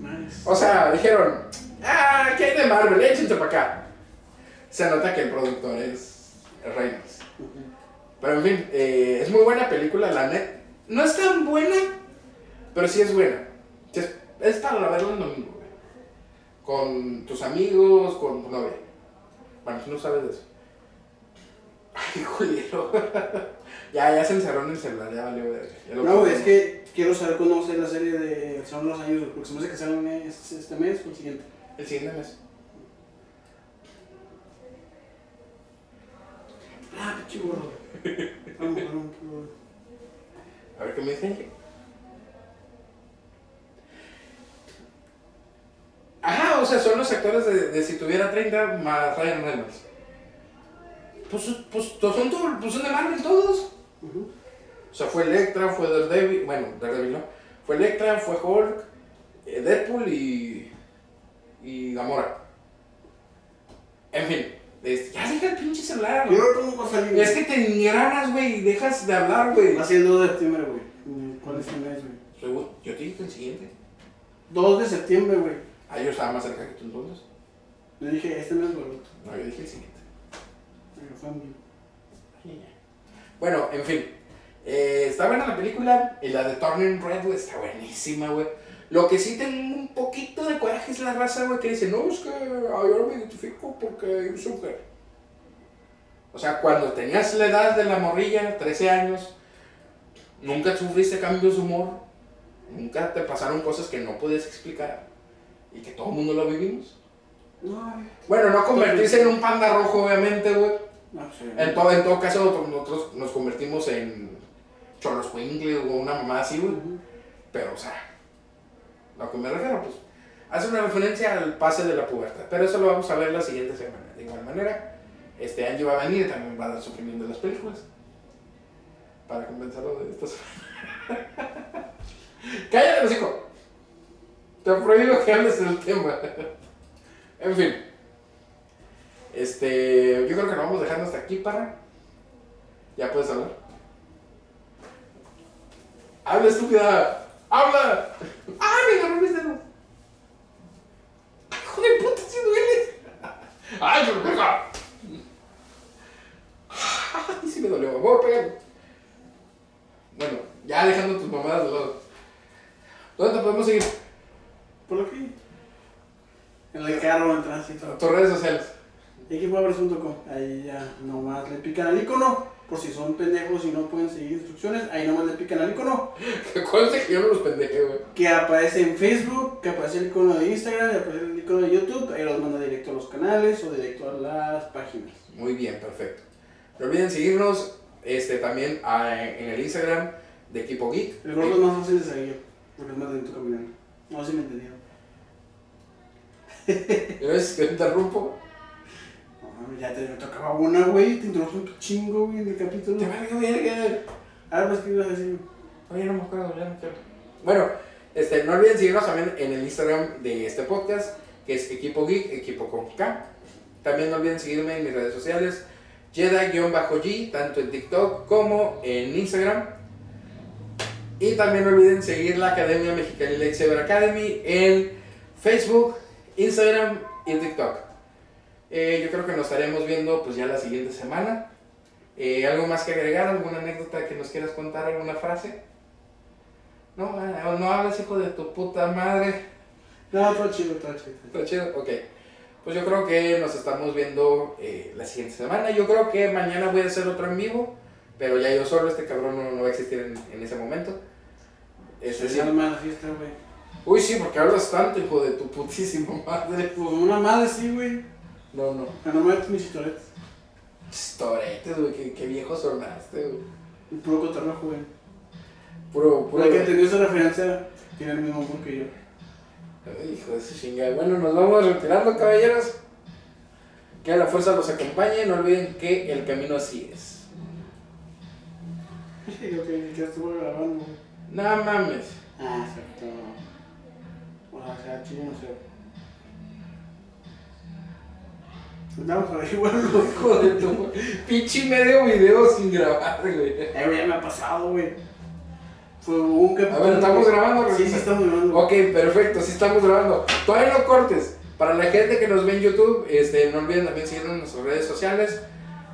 Nice. O sea, dijeron, ah, ¿qué hay de Marvel? Échense para acá. Se nota que el productor es Reynolds. Ujú. Pero en fin, eh, es muy buena película, la net. No es tan buena, pero sí es buena. Sí Es, es para verla el domingo, güey. Con tus amigos, con tu novia. Bueno, tú no sabes de eso. Ay, culero. ya, ya se encerró en el celular, ya valió verga. Ya lo No, güey, perdí. es que quiero saber cuándo va a ser la serie de El Señor de los Años, güey, porque se me hace que sale este, este mes o el siguiente. El siguiente mes. Ah, qué chido, güey. Vamos, vamos, vamos. A ver qué me dice. Ajá, o sea, son los actores de, de si tuviera 30 más Ryan Reynolds. Pues, pues, to- son todos, pues son de Marvel todos. Ujú. O sea, fue Electra, fue Daredevil, bueno, Daredevil no. Fue Electra, fue Hulk, eh, Deadpool y. y Gamora. En fin, es- ya deja el pinche celular. Quiero ver cómo va a salir. Es que te engranas, güey, y dejas de hablar, güey. Va a ser 2 de septiembre, güey. ¿Cuál es el mes, güey? Luego, Yo te dije el siguiente. 2 de septiembre, güey. Ah, yo estaba más cerca que tú entonces. Le dije, este mes, güey. No, yo dije el siguiente. Pero fue un- Bueno, en fin. Eh, está buena la película. Y la de Turning Red, güey, está buenísima, güey. Lo que sí tengo un poquito de coraje es la raza, güey, que dice, no, es que ah, yo no me identifico porque yo soy mujer. O sea, cuando tenías la edad de la morrilla, 13 años, nunca sufriste cambios de humor, nunca te pasaron cosas que no podías explicar y que todo el mundo lo vivimos. No, Bueno, no convertirse en un panda rojo, obviamente, güey. no pues, eh, sé. En todo, en todo caso, nosotros- nosotros nos convertimos en cholos o una mamá así, güey. Ujú. Pero, o sea, lo que me refiero, pues, hace una referencia al pase de la pubertad. Pero eso lo vamos a ver la siguiente semana. De igual manera, este año va a venir y también va a dar su opinión de las películas. Para compensarlo de estas. ¡Cállate, hocico! Te prohíbo que hables del tema. en fin. Este, yo creo que lo vamos dejando hasta aquí, para. Ya puedes hablar. ¡Habla, estúpida! ¡Habla! ¡Ah, me agarró mis dedos! ¡Hijo de puta, si duele! ¡Ay, yo pega! ¡Ay, sí me dolió! ¡Voy a pegar! Bueno, ya dejando tus mamadas de lado. ¿Dónde te podemos seguir? ¿Por aquí? En el carro, en el tránsito. Tus redes sociales. Equipoabres.com. Ahí ya nomás le pican al icono. Por si son pendejos y no pueden seguir instrucciones, ahí nomás le pican al icono. Que conste que yo no los pendejé, güey. Que aparece en Facebook, que aparece el icono de Instagram, que aparece el icono de YouTube. Ahí los manda directo a los canales o directo a las páginas. Muy bien, perfecto. No olviden seguirnos este, también ah, en el Instagram de Equipo Geek. El gordo es más fácil de seguir, porque es más lento caminando. No sé si me entendieron. ¿Ya ves que te interrumpo? No, mames, ya te me tocaba una, güey. Te introdujo un chingo, güey, en el capítulo. Te valga verga. Ahora pues, ¿qué ibas a decir? Oye, no me acuerdo, Ah, ya no quiero. Bueno, este, no olviden seguirnos también en el Instagram de este podcast, que es Equipo Geek, Equipo con K. También no olviden seguirme en mis redes sociales, Jedi-G, tanto en TikTok como en Instagram. Y también no olviden seguir la Academia Mexicana Light Cyber Academy en Facebook, Instagram y TikTok. Eh, yo creo que nos estaremos viendo pues ya la siguiente semana. Eh, ¿Algo más que agregar? ¿Alguna anécdota que nos quieras contar? ¿Alguna frase? No, ah, no hablas, hijo de tu puta madre. No, todo chido, todo chido. Está chido, ok. Pues yo creo que nos estamos viendo eh, la siguiente semana. Yo creo que mañana voy a hacer otro en vivo, pero ya yo solo, este cabrón no, no va a existir en, en ese momento. Este, sí. Se arma la fiesta, güey. Uy, sí, porque hablas tanto, hijo de tu putísima madre. Pues una madre sí, güey. No, no. La normal es mis historietas. Toretes, güey, qué, qué viejo sonaste, güey. Un puro cotorreo, güey. Puro, puro. Por que entendió esa referencia, tiene el mismo humor que yo. Ay, Hijo de su chingada. Bueno, nos vamos retirando, caballeros. Que la fuerza los acompañe. No olviden que el camino así es. Yo que ya estuvo grabando, güey. No mames. Ah, cierto. O sea, chido, no sé. Andamos por ahí, güey. Hijo de tu. Pinche medio video sin grabar, güey. Eh, güey, ya me ha pasado, güey. Fue un capítulo. A ver, ¿estamos grabando, Sí, sí, Rosita? estamos grabando. Ok, perfecto, sí estamos grabando. Todavía no cortes. Para la gente que nos ve en YouTube, este, no olviden también seguirnos en nuestras redes sociales.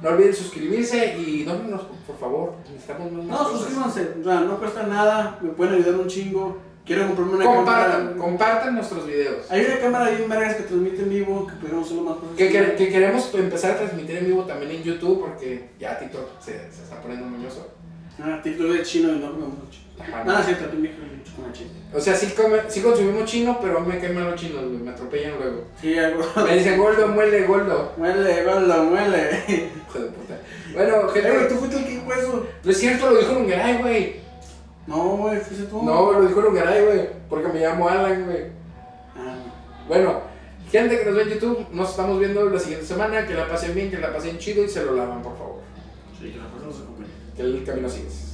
No olviden suscribirse y dónenos, por favor. Necesitamos más No, cosas. suscríbanse. O sea, no cuesta nada. Me pueden ayudar un chingo. Quiero comprarme una cámara. Compartan, compartan nuestros videos. Hay una cámara bien vergas que transmite en vivo, que pudiéramos hacer más cosas. Que, que- que queremos empezar a transmitir en vivo también en YouTube porque ya TikTok se, se está poniendo muñoso. Ah, TikTok de chino y no comemos chino. Ajá, ¿no? Nada, cierto, tú me dijiste con la chino. O sea, sí, come- sí consumimos chino, pero a mí me queman los chinos, güey, me atropellan luego. Sí, algo. Me dicen, gordo, muele, gordo. Muele, gordo, muele. Eh, Hijo de puta. Bueno, güey, gente, tú fuiste el que dijo eso. no es cierto, lo dijo Lungaray, güey. No, güey, fuiste tú. No, lo dijo Lungaray, güey, porque me llamo Alan, güey. Ah, Bueno, gente que nos ve en YouTube, nos estamos viendo la siguiente semana. Que la pasen bien, que la pasen chido y se lo lavan, por favor. sí, que la fuerza nos acompañe. Que el camino sigue.